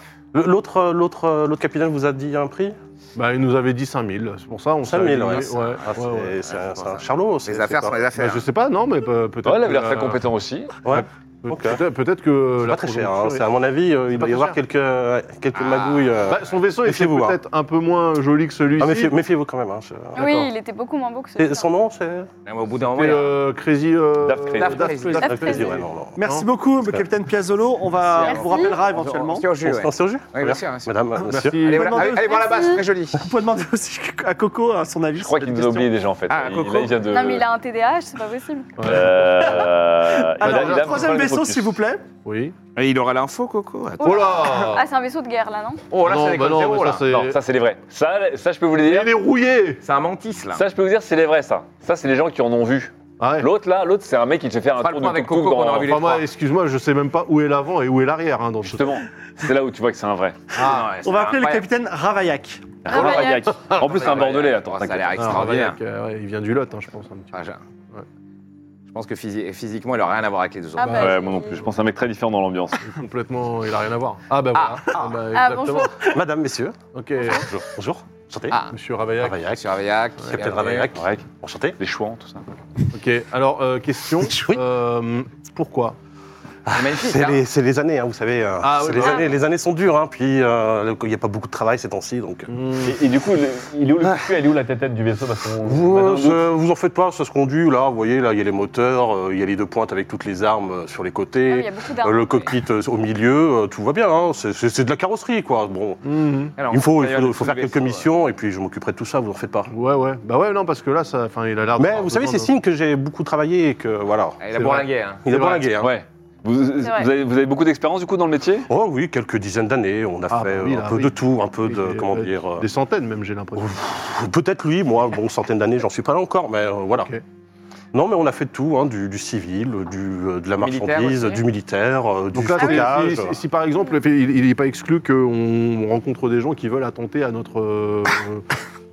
H: L'autre, euh, l'autre, euh, l'autre capitaine vous a dit un prix
E: Bah, il nous avait dit 5000, c'est pour ça, on s'est
H: 5000, ouais.
E: aligné. ouais.
H: Ah, c'est
E: ouais, ouais.
H: c'est un, c'est un charlot. c'est-
F: les
H: c'est
F: affaires
H: pas-
F: sont les
E: Bah,
F: affaires.
E: je sais pas, non, mais pe- peut-être. euh,
G: Ouais, il a l'air
E: que
G: très
E: la-
G: compétent aussi.
H: Ouais.
E: Pe-
H: Ok.
E: Peut-être peut-être que.
H: C'est
E: la
H: pas très cher, hein.
E: conjoncture
H: c'est
E: est-
H: à mon avis, euh, il
E: pas
H: doit y
E: très
H: avoir
E: cher.
H: quelques, euh, quelques
F: Ah.
H: magouilles. euh.
E: Bah, son vaisseau était
H: Méfiez-vous, hein.
E: peut-être un peu moins joli que celui-ci.
H: Ah, méfiez- méfiez-vous quand même. hein, je-
D: Oui, il était beaucoup moins beau que
H: Et
D: celui-là.
H: son nom, c'est.
F: Mais au bout d'un moment,
E: Et,
F: il y a-
E: euh, Crazy. euh,
G: Daft Crazy.
F: Daft Crazy.
H: Ah,
D: Daft
H: je peux le dire,
D: Crazy.
H: ouais, non, non.
A: Merci beaucoup, capitaine Piazzolo. On va
F: Merci.
A: vous rappellera
F: on- on-
A: éventuellement.
F: on se tient au jus,
H: On se
F: ouais.
H: lance au jeu
F: Oui, bien sûr, bien sûr.
H: Madame, euh,
E: Merci.
H: monsieur.
F: Allez, voilà,
A: Merci.
F: allez voir la base, très jolie.
A: On peut demander aussi à Coco à son avis.
G: Je crois
A: sur
G: qu'il
A: cette
G: nous a
A: question.
G: oublié déjà en fait.
F: Ah,
G: il,
F: Coco.
G: il vient de.
D: Non,
H: euh,
D: mais il a un TDAH, c'est pas possible.
E: Ouais.
G: Euh, il a-
A: Alors,
G: il a-
A: troisième vaisseau, s'il vous plaît.
E: Oui.
F: Et il aura l'info, Coco.
H: bah,
F: attends.
E: Oh là
D: Ah, c'est un vaisseau de guerre là, non
F: Oh là,
E: Non,
F: ça
E: bah
F: déconne
E: non,
F: zéro,
E: mais ça,
F: là.
E: c'est-
G: Non, ça c'est les vrais. Ça, ça je peux vous les dire.
E: Il est rouillé
F: C'est un mantis, là.
G: Ça je peux vous dire, c'est les vrais ça. Ça c'est les gens qui en ont vu.
E: Ah ouais.
G: L'autre là, l'autre c'est un mec qui te fait faire un
F: Pas le
G: tour de
F: point avec
G: tuk-tuk
F: Coco qu'on
H: hein.
F: aura
G: dans.
F: vu les
H: Oh.
E: Enfin, moi,
F: trois.
E: excuse-moi, je sais même pas où est l'avant et où est l'arrière hein, dans ce
G: Justement, c'est là où tu vois que c'est un vrai.
F: Ah, ouais,
A: On va
F: c'est
A: appeler le
F: incroyable.
A: capitaine Ravaillac.
D: Ah,
G: Roland
D: Ravaillac.
G: Ravaillac. En plus c'est un bordelais, attends.
F: Ça a
G: t'inquiète.
F: l'air extraordinaire.
E: Ah, Ravaillac, euh, ouais, il vient du Lot, hein, je pense. Un petit peu.
F: Ah, j'ai- Je pense que physi- physiquement, il n'aura rien à voir avec les deux autres.
D: Ah bah,
G: Ouais, moi non plus. Je pense à un mec très différent dans l'ambiance.
E: Complètement, il a rien à voir. Ah bah voilà. Ah, bah,
D: Ah,
E: exactement.
D: bonjour.
H: Madame, messieurs.
E: Ok,
H: Bonjour. Bonjour. Santé.
F: Ah,
E: monsieur Ravaillac.
H: Ravaillac.
F: Monsieur Ravaillac.
H: Capitaine Ravaillac.
G: Ouais,
H: Enchanté.
G: les chouans, tout ça.
E: Ok, alors euh, question.
H: *laughs* Oui.
E: euh, pourquoi
F: C'est magnifique,
H: Ah, C'est
F: hein.
H: les, c'est les années, hein, vous savez. euh,
E: Ah,
H: c'est
E: oui,
H: les,
E: bah.
H: années, les années sont dures, hein, puis euh, il n'y a pas beaucoup de travail ces temps-ci, donc. euh,
G: Et, et du coup, le- il est où le cul, elle est où la tête du vaisseau parce qu'on-
H: Vous,
G: Maintenant,
H: euh,
G: nous-
H: ça- vous en faites pas, ça se conduit là, vous voyez, là il y a les moteurs, euh, il y a les deux pointes avec toutes les armes euh, sur les
D: Ah oui, il
H: côtés,
D: y a beaucoup
H: euh,
D: d'armes.
H: le cockpit euh, au milieu, euh, tout va bien, hein, c'est- c'est c'est de la carrosserie quoi. Bon,
E: Mhm.
F: Alors,
H: il me faut,
F: on
H: il faut,
F: va
H: il faut faire
F: le
G: euh.
H: quelques
F: vaisseau,
H: missions et puis je m'occuperai de tout ça, vous en faites pas.
E: Ouais, ouais. Bah ouais, non, parce que là, ça, enfin, il a l'air.
H: Mais
E: d'avoir
H: vous savez,
E: besoin
H: c'est
E: de- hein.
H: signe que j'ai beaucoup travaillé et que
G: Ah,
H: voilà.
F: ouais. Il
E: C'est
F: a
E: vrai.
F: bourlingué, hein.
H: Il
E: C'est
H: a pas la
E: vrai.
H: guerre.
G: Ouais. Vous, vous
D: vrai.
G: avez, vous avez beaucoup d'expérience du coup dans le métier
H: Oh oui, quelques dizaines d'années, on a
E: Ah,
H: fait
E: bah oui,
H: euh,
E: là,
H: un peu
E: oui.
H: de tout, un peu
E: Oui,
H: de,
E: des-
H: comment
E: euh,
H: dire, euh,
E: Des centaines, même, j'ai l'impression.
H: peut-être lui, moi, bon, centaine d'années, j'en suis pas là encore, mais euh, voilà.
E: Ok.
H: Non, mais on a fait de tout, hein, du, du civil, du, euh, de la
F: Militaire
H: marchandise,
F: aussi.
H: du militaire, euh, du
E: Donc là,
H: stockage.
E: Bah, si, si- si par exemple, il n'est pas exclu qu'on rencontre des gens qui veulent attenter à notre, euh,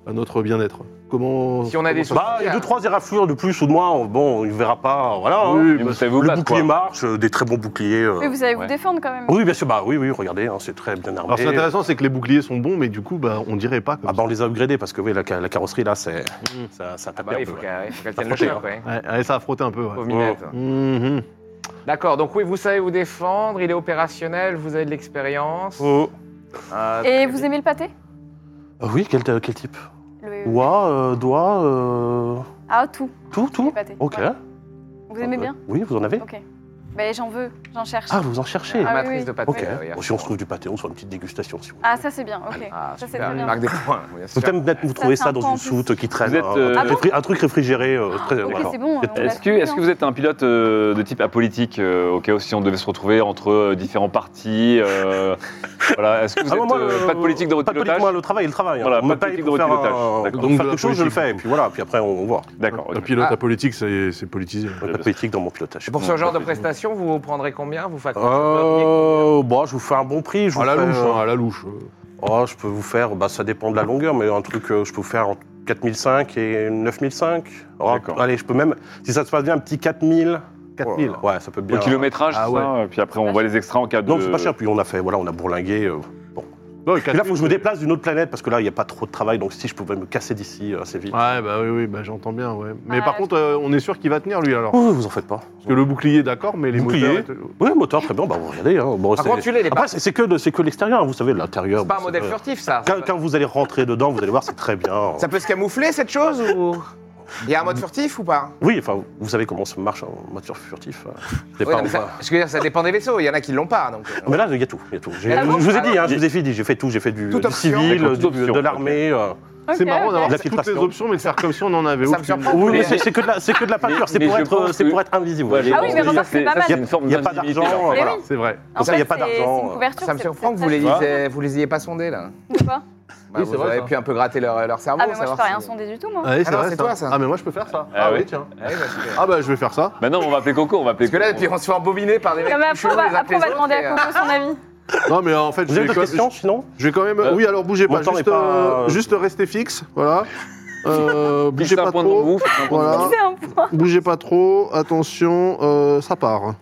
E: à notre bien-être. Comment
F: Si on a des
E: comment
H: Bah, et deux, trois éraflures de plus ou de moins, on- bon, il verra pas, voilà.
E: ça-
H: hein.
E: Oui,
G: Mais
E: bah,
G: Vous savez vous
H: Le
G: battre,
H: bouclier
G: quoi.
H: marche, euh, des très bons boucliers. euh.
D: Mais vous savez vous
G: Ouais.
D: défendre quand même.
H: Oui, bien sûr, bah oui, oui, regardez, hein, c'est très bien armé.
E: Alors, c'est intéressant, c'est que les boucliers sont bons, mais du coup, bah, on dirait pas. Comme
H: Ah bah, on les a upgradés parce que oui, la, ca- la carrosserie là, c'est ça, ça
F: Ah
H: tape
F: bah,
H: un
F: il
H: peu.
F: faut
H: ouais.
F: qu'elle il faut qu'elle tienne le
H: Faut
F: choc, ouais.
E: ça. hein. Ouais, ouais, ça a frotté un peu. ouais.
F: Pauvre minette.
H: Oh,
E: Mhm.
F: D'accord, donc oui, vous savez vous défendre, il est opérationnel, vous avez de l'expérience.
H: Oh.
F: Euh,
D: Et vous aimez le pâté
H: Ah Oui, quel, quel type
D: que.
H: Oie, euh, doigt, euh,
D: Ah, tout.
H: tout,
D: je suis
H: tout
D: épatée.
H: Ok. Euh,
D: Ouais. Vous aimez bien
H: Oui, vous en avez
D: Ok. Ben, j'en veux, j'en cherche.
H: Ah, vous en cherchez
D: Ah, oui,
F: matrice
D: oui.
F: de pâté.
H: Ok.
F: euh, hier.
H: Bon, si on se trouve du pâté, on se fait une petite dégustation. Si vous...
D: Ah, ça c'est bien, ok.
F: Ah,
D: ça c'est
F: super.
D: très
F: Il
D: bien.
F: marque des points. bien sûr.
H: Peut-être même peut-être vous
D: Ça,
H: trouvez
D: c'est
H: ça Ah,
D: un
H: dans
D: point en
H: une
D: plus.
H: soute qui traîne.
G: Vous êtes,
H: un-
G: euh,
H: un, truc- un truc réfrigéré. euh, très,
D: Ok,
H: voilà.
D: c'est bon.
H: Peut-être-
D: on
G: Est-ce
D: l'a
G: que,
D: fait,
G: est-ce
D: hein.
G: que vous êtes un pilote euh, de type apolitique euh, au cas où si on devait se retrouver entre euh, différents partis
H: *laughs*
G: euh, voilà. Est-ce que vous
H: Ah,
G: êtes,
H: moi, moi,
G: euh,
H: le-
G: pas de politique dans votre
H: Pas de politique,
G: pilotage
H: moi, le travail, le travail. hein.
G: Voilà,
H: On me
G: pas de
H: paye
G: politique
H: pour
G: dans votre
H: faire un-
G: pilotage.
H: pour
E: D'accord.
H: faire
E: Donc,
H: quelque chose, je le
E: politique.
H: fais. Et puis voilà, puis après, on, on voit.
G: D'accord.
E: Un
G: ok.
E: pilote
F: Ah.
E: à politique, c'est c'est politisé.
H: Pas de politique dans mon pilotage.
F: Pour ce genre de prestation, vous vous prendrez combien Vous facturez
H: Euh, bon, je vous fais un bon prix. Je vous
E: À la
H: fais,
E: louche,
H: euh,
E: hein, à la louche. euh.
H: Oh, je peux vous faire, bah, ça dépend de la longueur, mais un truc, euh, je peux vous faire entre 4005 et 9005. Oh,
G: D'accord.
H: allez, je peux même, si ça se passe bien, un petit 4000. 4000,
F: Oh là
H: ouais, ça peut
G: Au
H: bien.
G: kilométrage,
H: Ah
G: ça,
H: ouais.
G: puis après on voit les extras en cas de.
H: Non, c'est pas cher, puis on a fait, voilà, on a bourlingué. euh.
E: Non,
H: Puis là, faut que je me
E: 4000,
H: déplace d'une autre planète, parce que là, il n'y a pas trop de travail, donc si je pouvais me casser d'ici euh, assez vite.
E: Ouais, bah oui, oui, bah, j'entends bien, ouais. Mais
D: Ouais.
E: par contre, euh, on est sûr qu'il va tenir, lui, alors.
H: Oh, vous en faites pas.
E: Parce que le bouclier, d'accord, mais les
H: Bouclier.
E: moteurs... et tout-
H: Oui, moteur, très bien, bah, vous regardez. Hein. Bon,
F: Par
H: c'est-
F: contre, tu l'es, les
H: Après, c'est c'est que, de- c'est que l'extérieur, hein, vous savez, l'intérieur.
F: C'est pas un
H: bon,
F: modèle
H: c'est-
F: furtif, ça.
H: Quand, quand vous allez rentrer dedans, vous allez voir, c'est très bien.
F: Ça peut se camoufler, cette chose ou... Il y a un mode furtif ou pas
H: Oui, enfin, vous savez comment ça marche en moteur furtif. euh, c'est
F: Ouais,
H: pas-
F: non, mais ça, je veux dire, ça dépend des vaisseaux. Il y en a qui l'ont pas. Donc, euh,
H: Mais là, il y a tout. il y a tout. J'ai-
F: Ah bon
H: je vous ai dit, hein,
F: Alors,
H: je vous ai dit, j'ai fait tout. J'ai fait du,
F: Toute
H: du
F: option.
H: civil,
G: D'accord, toute
H: du-
G: option,
H: de
G: ok.
H: l'armée. euh.
E: C'est
D: Ok,
E: marrant
D: ok.
E: d'avoir
H: La
E: toutes les
H: filtration.
E: options, mais de faire comme si on en avait
F: Ça me
E: aucune.
F: surprend.
H: Oui, mais
G: Mais-
H: c'est c'est que de la, c'est que de la peinture. C'est
G: mais
H: pour
G: je
H: être,
G: pense
H: c'est
G: que-
H: pour être invisible.
F: Bah,
G: Ouais, je
D: Ah
G: pense
D: oui,
G: que
D: mais
G: c'est-
D: remarque, c'est pas mal.
G: ça, c'est une forme
H: il n'y a pas
G: d'invisibilité,
H: d'argent.
G: là.
H: euh, voilà.
D: oui.
E: C'est vrai.
H: Pour ça, il y a
D: fait,
H: pas
D: c'est-
H: d'argent,
D: C'est une
H: euh.
D: couverture.
F: ça me
D: c'est
F: surprend que vous
D: peut-être
F: les,
G: ça.
F: ayez- vous les ayez pas sondés, là.
D: ça. Ou pas
F: Bah,
E: Oui, c'est
F: vous
E: vrai,
F: avez
E: ça.
F: pu un peu gratter leur, leur cerveau.
D: Ah, mais moi je
F: savoir
D: peux rien
F: si-
D: sonder du tout, moi.
E: Ah, oui, c'est
F: non,
E: vrai,
F: c'est
E: ça.
F: toi, ça.
E: Ah, mais moi, je peux faire ça.
G: Ah
E: oui,
G: ouais.
E: tiens.
F: Ah oui, bah, super.
E: Ah, bah, je vais faire ça.
G: Maintenant on va appeler Coco, on va appeler
F: Parce que là,
G: Coco.
F: puis on se fait embobiner par des mecs.
D: Non, mais après, on va,
F: chelous les uns
D: après, on
F: que
D: va
F: les
D: demander
F: autres,
D: à Coco son avis.
E: Non, mais euh, en fait,
H: Vous
E: je
H: avez
E: vais,
H: d'autres
E: quand...
H: questions, sinon
E: je vais quand même...
G: Euh,
E: Oui, alors, bougez
H: mon
E: pas.
H: temps
E: Juste,
H: n'est pas-
E: euh, juste rester fixe, voilà. Euh,
G: Fixe
E: bougez
G: un
E: pas
G: point devant
E: trop.
G: vous, fixe un point
E: Voilà.
G: devant
D: C'est un point.
E: Bougez pas trop. Attention, euh, ça part.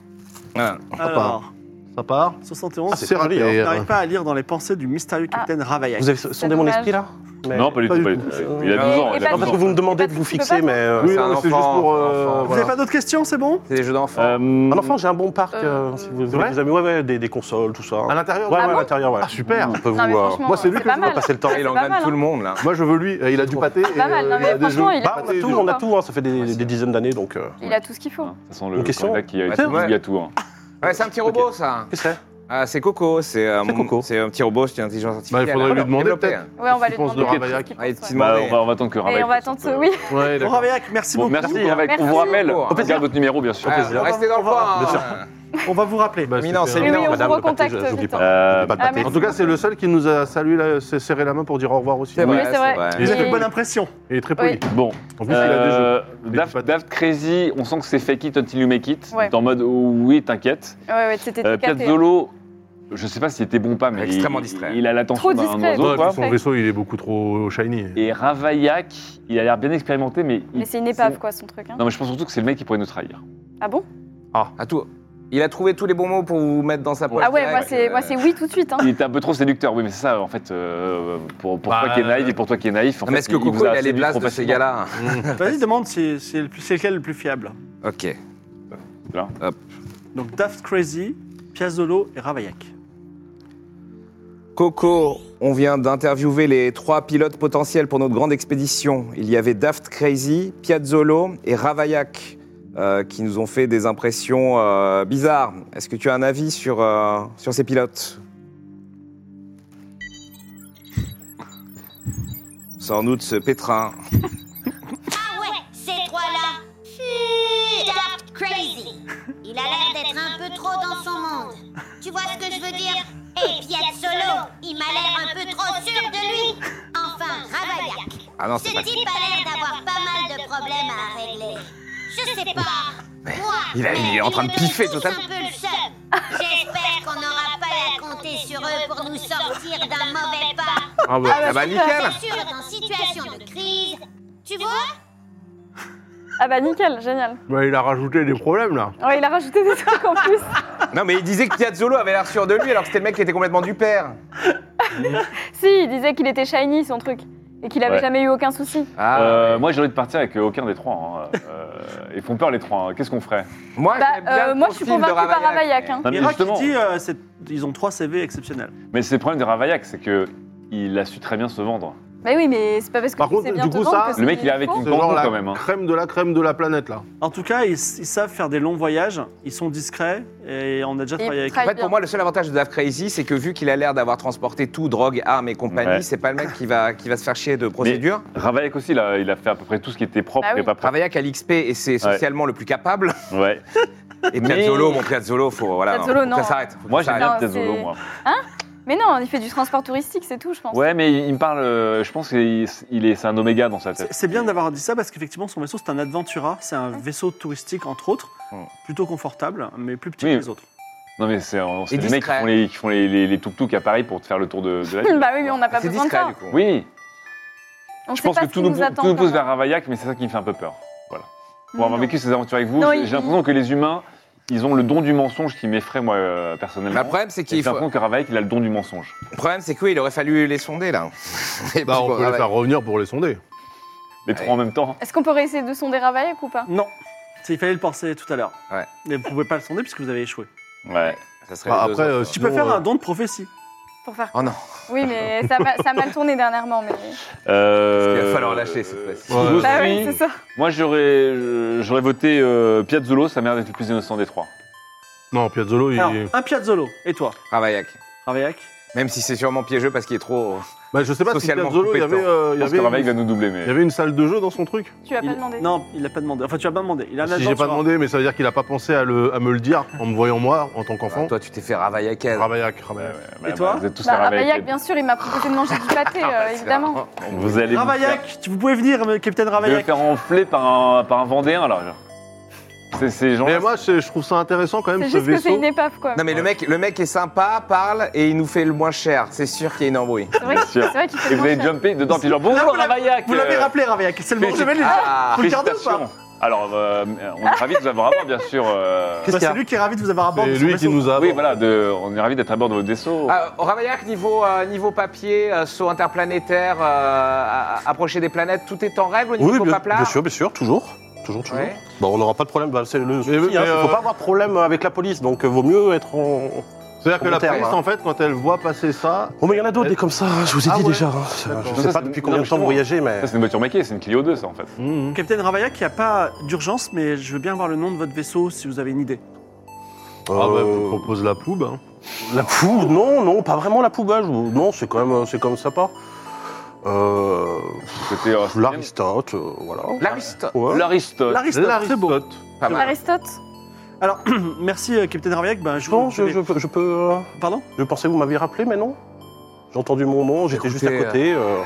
A: Alors,
E: Ça
H: Ah,
E: part.
A: 71,
H: c'est
E: C'est
H: pas joli,
E: raté.
A: je n'arrive pas à lire dans les pensées du mystérieux capitaine Ravaillac.
H: Vous avez sondé mon
D: dommage.
H: esprit là Mais-
G: vous. Non, pas du
E: Pas
G: tout.
E: du
G: pas du
E: tout.
G: tout. Il a 12 ans.
D: Et
G: il
D: Euh,
G: a
D: pas
H: Non,
G: 12
H: parce
G: ans.
H: que vous me demandez
D: Tu
H: de
D: peux
H: vous
D: pas
H: fixer,
D: faire
H: mais euh,
E: Oui,
F: c'est
E: non,
F: un
E: mais c'est juste
F: enfant, c'est
E: pour...
F: un
E: euh,
F: enfant.
A: Vous
E: voilà.
A: n'avez pas d'autres questions, c'est bon
F: C'est des jeux d'enfants.
G: Euh,
H: un enfant, j'ai un bon parc. euh,
D: Euh,
H: si vous
E: C'est vrai
H: voulez, amis, ouais, ouais, des, des consoles, tout ça.
E: À l'intérieur
H: Ouais,
D: Ah
H: ouais, à
D: bon
H: l'intérieur, ouais.
E: Ah, super.
H: On peut vous.
D: Non, mais
H: euh,
D: franchement,
E: moi, c'est lui que
D: pas
E: je
D: mal.
H: dois passer le temps.
D: C'est
F: Il
D: pas
F: engraine
D: mal,
F: tout le
D: hein.
F: monde, là.
E: Moi, je veux lui. Euh, Il a du pâté.
D: pas mal, non, mais
E: il a des
D: franchement,
E: jeux-
D: il a-
H: Bah, on a
E: pâté,
H: tout,
E: des
H: on a
D: gens.
H: tout, hein, ça fait
A: Ah,
H: des, des dizaines d'années donc. euh,
D: Il a tout ce qu'il faut.
G: De toute façon, le
H: Une question
G: candidat qui a
F: Ouais,
G: été
F: c'est vrai.
G: il y a tout. hein.
F: Ouais, c'est un petit robot, ça.
H: Qu'est-ce que c'est
F: Ah, c'est Coco. C'est euh,
H: C'est Coco.
F: c'est un petit robot, c'est une intelligence
E: Bah,
F: artificielle.
E: il faudrait lui
F: Alors,
E: demander
F: développée.
E: peut-être.
D: Ouais, on va
E: Tu
D: lui
E: penses
D: demander.
E: de
D: ce
E: Ravaillac
D: qu'il
F: Ah, il est
D: pense,
F: petit
D: ouais.
G: Bah,
F: demandé.
G: on, va, on va attendre que Ravaillac.
D: Et on va
G: sorte.
D: attendre ce. Oui.
E: Ouais,
A: Bon,
E: d'accord.
A: Ravaillac, merci
G: Bon,
A: beaucoup.
G: merci
H: hein.
G: Ravaillac. On vous
D: Merci.
G: rappelle,
F: Au
G: on
F: plaisir.
G: garde votre numéro bien sûr.
F: Ah,
H: plaisir.
F: Restez dans le
A: On va voir.
F: coin.
H: Bien
F: hein.
A: On va vous rappeler.
E: Bah,
F: Éminent,
E: c'était-
F: c'est
D: Oui, oui, on
H: Madame,
D: vous
H: le pâté,
D: recontacte.
H: je- j'oublie
D: vite,
H: pas.
D: hein.
G: Euh,
H: Pas de
D: Ah,
H: pâté.
D: merci.
E: En tout cas, c'est le seul qui nous a salué, là, s'est serré la main pour dire au revoir aussi.
F: C'est
D: Oui,
F: vrai,
D: c'est
F: c'est
D: vrai.
F: vrai.
D: Mais-
A: Vous avez une bonne impression.
E: Il est très poli.
D: Oui.
G: Bon,
E: En plus, il a des jeux.
G: euh,
E: des
G: Daft,
E: patates.
G: Daft Crazy, on sent que c'est fake it until you make it.
D: Ouais.
G: T'es en mode oh, oui, t'inquiète.
D: Ouais, ouais, c'était
G: Euh,
D: café, hein.
G: Piazzolo, je sais pas s'il était bon ou pas, mais
F: Extrêmement
G: il,
F: distrait.
G: il a l'attention
D: Trop
G: d'un
D: distrait.
G: oiseau.
E: Ouais,
D: Ouais,
G: quoi.
E: puis son
D: parfait.
E: vaisseau, il est beaucoup trop shiny.
G: Et Ravaillac, il a l'air bien expérimenté, mais. il-
D: Mais c'est une épave, quoi, son truc. hein.
G: Non, mais je pense surtout que c'est le mec qui pourrait nous trahir.
D: Ah bon
F: À tout. Il a trouvé tous les bons mots pour vous mettre dans sa poche.
D: Ah ouais,
F: direct.
D: moi c'est moi, c'est oui tout de suite. hein.
G: Il était un peu trop séducteur, oui, mais c'est ça, en fait, euh, pour, pour
E: Bah,
G: toi qui es naïf et pour toi qui es naïf.
F: Non,
G: En fait,
F: mais est-ce que
G: vous
F: Coco, il a les
G: séduit
F: places
G: trop
F: de ces
G: facilement.
F: gars-là
A: Vas-y, demande si si le plus- c'est lequel le plus fiable.
F: Ok.
G: Là.
A: Donc Daft Crazy, Piazzolo et Ravaillac.
F: Coco, on vient d'interviewer les trois pilotes potentiels pour notre grande expédition. Il y avait Daft Crazy, Piazzolo et Ravaillac euh, qui nous ont fait des impressions euh, bizarres. Est-ce que tu as un avis sur, euh, sur ces pilotes Sans doute ce pétrin.
B: Ah ouais, ces trois-là. Stop crazy. Il a l'air d'être un peu trop dans son monde. Tu vois ce que je veux dire Et Piazzolo, il m'a l'air un peu trop sûr de lui. Enfin, Ravaillac.
F: Ah non,
B: Ce
F: c'est pas...
B: type a l'air d'avoir pas mal de problèmes à régler. Je sais pas. Moi,
F: Il a- il est
B: mais
F: en train
B: ils
F: de
B: me donnent
F: piffer
B: tous
F: totalement.
B: un peu le seum. J'espère qu'on n'aura pas à compter sur eux pour nous sortir d'un mauvais pas.
F: Ah bah, nickel
B: C'est sûr, dans situation de crise, tu vois
D: Ah bah nickel, génial.
E: Bah, il a rajouté des problèmes, là.
D: Ouais, il a rajouté des trucs en plus.
F: Non mais il disait que Piazzolo avait l'air sûr de lui alors que c'était le mec qui était complètement du père.
D: Si, il disait qu'il était shiny son truc et qu'il avait
G: Ouais.
D: jamais eu aucun souci.
F: Ah,
G: Euh, Moi, j'ai envie de partir avec euh, aucun des trois. hein. Euh, ils font peur, les trois. hein. Qu'est-ce qu'on ferait
F: moi,
D: Bah,
F: j'aime bien
D: euh,
F: le
D: moi je suis
F: profil de
D: convaincue par Ravaillac. hein.
G: Non, mais
A: Mira qui
G: justement,
A: dit euh, c'est- ils ont trois CV exceptionnels.
G: mais c'est le problème de Ravaillac, c'est que il a su très bien se vendre.
D: Bah oui, mais c'est pas parce que
E: Par
D: tu
E: contre,
D: sais bien
E: du
D: te
E: coup,
D: vendre
E: ça,
D: que
E: le
D: c'est
G: mec, il est
D: faux.
G: avec une-
E: C'est
G: Bon
E: genre
G: coup,
E: la
G: quand même, hein.
E: crème de la crème de la planète, là.
A: En tout cas, ils, ils savent faire des longs voyages, ils sont discrets et on a déjà
D: Et
A: travaillé avec
D: très
F: En fait,
D: bien.
F: pour moi, le seul avantage de Dav Crazy, c'est que vu qu'il a l'air d'avoir transporté tout, drogue, armes et compagnie,
G: Ouais.
F: c'est pas le mec qui va, qui va se faire chier de procédure.
G: Ravaillac aussi, là, il a fait à peu près tout ce qui était propre
D: Bah oui.
G: et pas propre.
F: Travaillac à l'XP et c'est socialement le plus capable.
G: Ouais.
F: Et
G: Mais-
F: Piazzolo, mon Piazzolo, faut, voilà,
D: Piazzolo,
F: faut que
D: non.
F: ça s'arrête. faut que
G: Moi,
F: ça
G: j'aime
F: s'arrête.
G: bien
D: Non,
G: Piazzolo,
D: c'est-
G: moi.
D: Mais non, il fait du transport touristique, c'est tout, je pense.
G: Ouais, mais il il me parle. euh, Je pense qu'il il est, c'est un oméga dans sa
A: C'est
G: tête.
A: c'est bien d'avoir dit ça parce qu'effectivement, son vaisseau, c'est un Adventura. C'est un vaisseau touristique, entre autres,
F: Hmm.
A: plutôt confortable, mais plus petit
G: Oui.
A: que les autres.
G: Non, mais c'est euh, c'est les mecs qui
F: discret.
G: font les, qui font les, les, les tuk-tuk à Paris pour te faire le tour de,
D: *laughs*
G: de la ville.
D: bah oui, mais on n'a pas
F: C'est
D: besoin de
F: discret,
D: ça.
F: du coup.
G: Oui,
D: On
G: je
D: sait
G: pense
D: pas
G: que
D: ce
G: tout
D: qui
G: nous, pou-
D: attend
G: tout nous pousse
D: quand
G: vers Ravaillac, mais c'est ça qui me fait un peu peur. Voilà. Pour
D: Non,
G: avoir
D: non.
G: vécu ces aventures avec vous,
D: Non,
G: j'ai
D: il-
G: j'ai l'impression que les humains, ils ont le don du mensonge qui m'effraie, moi, euh,
F: Mais
G: personnellement.
F: le problème, c'est
G: Et j'ai
F: qu'il faut...
G: l'impression que Ravaillac, il a le don du mensonge.
F: le problème, c'est que oui, il aurait fallu les sonder, là. Et
E: Bah,
F: puis,
E: on
F: bon,
E: peut les
F: ouais.
E: faire revenir pour les sonder.
G: Les trois en même temps.
D: Est-ce qu'on peut réessayer de sonder Ravaillac ou pas
A: Non, C'est- il fallait le penser tout à l'heure.
F: Ouais.
A: Mais vous pouvez pas le sonder puisque vous avez échoué.
G: hein. Ouais.
F: Ça serait
E: Bah,
F: les deux
E: après,
F: autres.
E: euh, si-
A: Tu
E: Sinon,
A: peux faire
E: euh,
A: un don de prophétie.
D: Pour faire.
F: Oh non.
D: Oui, mais ça, va- ça a mal tourné dernièrement. Mais...
G: Euh,
F: Il va falloir lâcher cette fois-ci.
G: euh,
E: Ouais.
G: Bah
D: Bah
G: oui,
D: oui, c'est ça.
G: Moi, j'aurais je- j'aurais voté euh, Piazzolo, sa mère d'être le plus innocent des trois.
E: Non, Piazzolo, il...
A: Alors, un Piazzolo. Et toi,
F: Ravaillac.
A: Ravaillac
F: Même si c'est sûrement piégeux parce qu'il est trop...
E: Bah, je sais pas si
F: Socialement
E: Piazzolo, il y
F: compétent.
E: avait, euh, il y
G: Je pense que
E: avait
G: Ravaillac
E: une-
G: va nous doubler,
E: il
G: mais.
E: y avait une salle de jeu dans son truc
D: Tu as pas
A: Il-
D: demandé.
A: Non, il a pas demandé. Enfin, tu as pas demandé. Il a un
E: Si j'ai pas
A: Adventura.
E: demandé, mais ça veut dire qu'il a pas pensé à, le- à me le dire en me voyant moi en tant
F: Ah,
E: qu'enfant.
F: toi, tu t'es fait Ravaillacaise.
E: Ravaillac,
G: Ouais, ouais,
E: Ravaillac.
G: bah,
A: toi
G: bah, Vous êtes tous
D: Bah,
G: à Ravaillac.
D: Ravaillac, bien sûr, il m'a proposé de manger du pâté, euh, évidemment.
G: Vous allez vous faire-
A: Ravaillac, tu- vous pouvez venir, euh, capitaine
G: vous allez vous
A: Ravaillac.
G: faire enfler par un, par un Vendéen, là. genre. C'est ces gens
E: Mais moi, c'est- je trouve ça intéressant quand même
D: C'est
E: ce
D: juste que c'est
E: vaisseau.
D: une épave, quoi.
F: Non mais le mec, le mec est sympa, parle et il nous fait le moins cher. C'est sûr qu'il y a une embrouille.
D: C'est vrai, c'est vrai qu'il fait
G: Et vous
D: moins
G: allez
D: cher.
G: jumper dedans, puis genre bonjour
A: vous l'avez-
G: Ravaillac
A: Vous l'avez
G: euh,
A: rappelé, Ravaillac. C'est le moment
G: mais
A: où je vais le dire.
F: Ah,
A: Vous le gardez ou
G: félicitations.
A: pas
G: Alors, euh, on est ravis de vous avoir à bord, bien sûr. euh,
A: Bah, C'est lui qui est ravi de vous avoir à bord. de
E: C'est
A: son
E: lui qui
A: vaisseau.
E: nous a.
G: oui, voilà, de- on est ravis d'être à bord de votre vaisseau.
F: Ah, au Ravaillac, niveau, euh, niveau papier, euh, saut interplanétaire, euh, à- à- approcher des planètes, tout est en règle au niveau
H: Oui, bien,
F: plat
H: bien sûr, bien sûr, toujours. Toujours, toujours.
F: Ouais.
H: Bon, on n'aura pas de problème. Bah, c'est le souci,
E: mais,
H: hein, c'est-
E: euh,
H: faut pas avoir de problème avec la police, donc euh, vaut mieux être en.
E: C'est-à-dire que la
H: Bon terme,
E: police,
H: hein.
E: en fait, quand elle voit passer ça,
H: Oh, mais il y en a d'autres, des comme ça, hein, je vous ai
E: Ah
H: dit
E: ouais.
H: déjà. hein, c'est-
E: D'accord.
H: Je sais
G: Ça,
H: pas
G: c'est-
H: depuis combien de
G: non, mais
H: temps vous
G: justement,
E: hein.
H: voyagez, mais.
G: Ça, c'est une voiture maquée, c'est une Clio 2, ça, en fait.
E: Mmh,
A: Capitaine Ravaillac, il n'y a pas d'urgence, mais je veux bien voir le nom de votre vaisseau si vous avez une idée.
E: ah bah, je
H: Euh,
E: vous propose la poube. hein.
H: La poule Non, non, pas vraiment la poubelle. Non, c'est quand même, c'est quand même sympa. Euh,
G: C'était euh,
H: L'Aristote, euh, voilà.
F: L'Aristote.
H: Ouais.
G: L'Aristote.
A: L'Aristote, c'est beau.
E: L'Aristote.
F: Pas mal.
D: Aristote
A: Alors, merci, euh, Capitaine Ravaillac. Ben, je
H: Bon,
A: vous-
H: je, je, peux- je peux. euh,
A: Pardon
H: Je pensais que vous m'aviez rappelé, mais non. J'ai entendu mon nom, j'étais juste à
F: Écoutez,
H: côté. euh,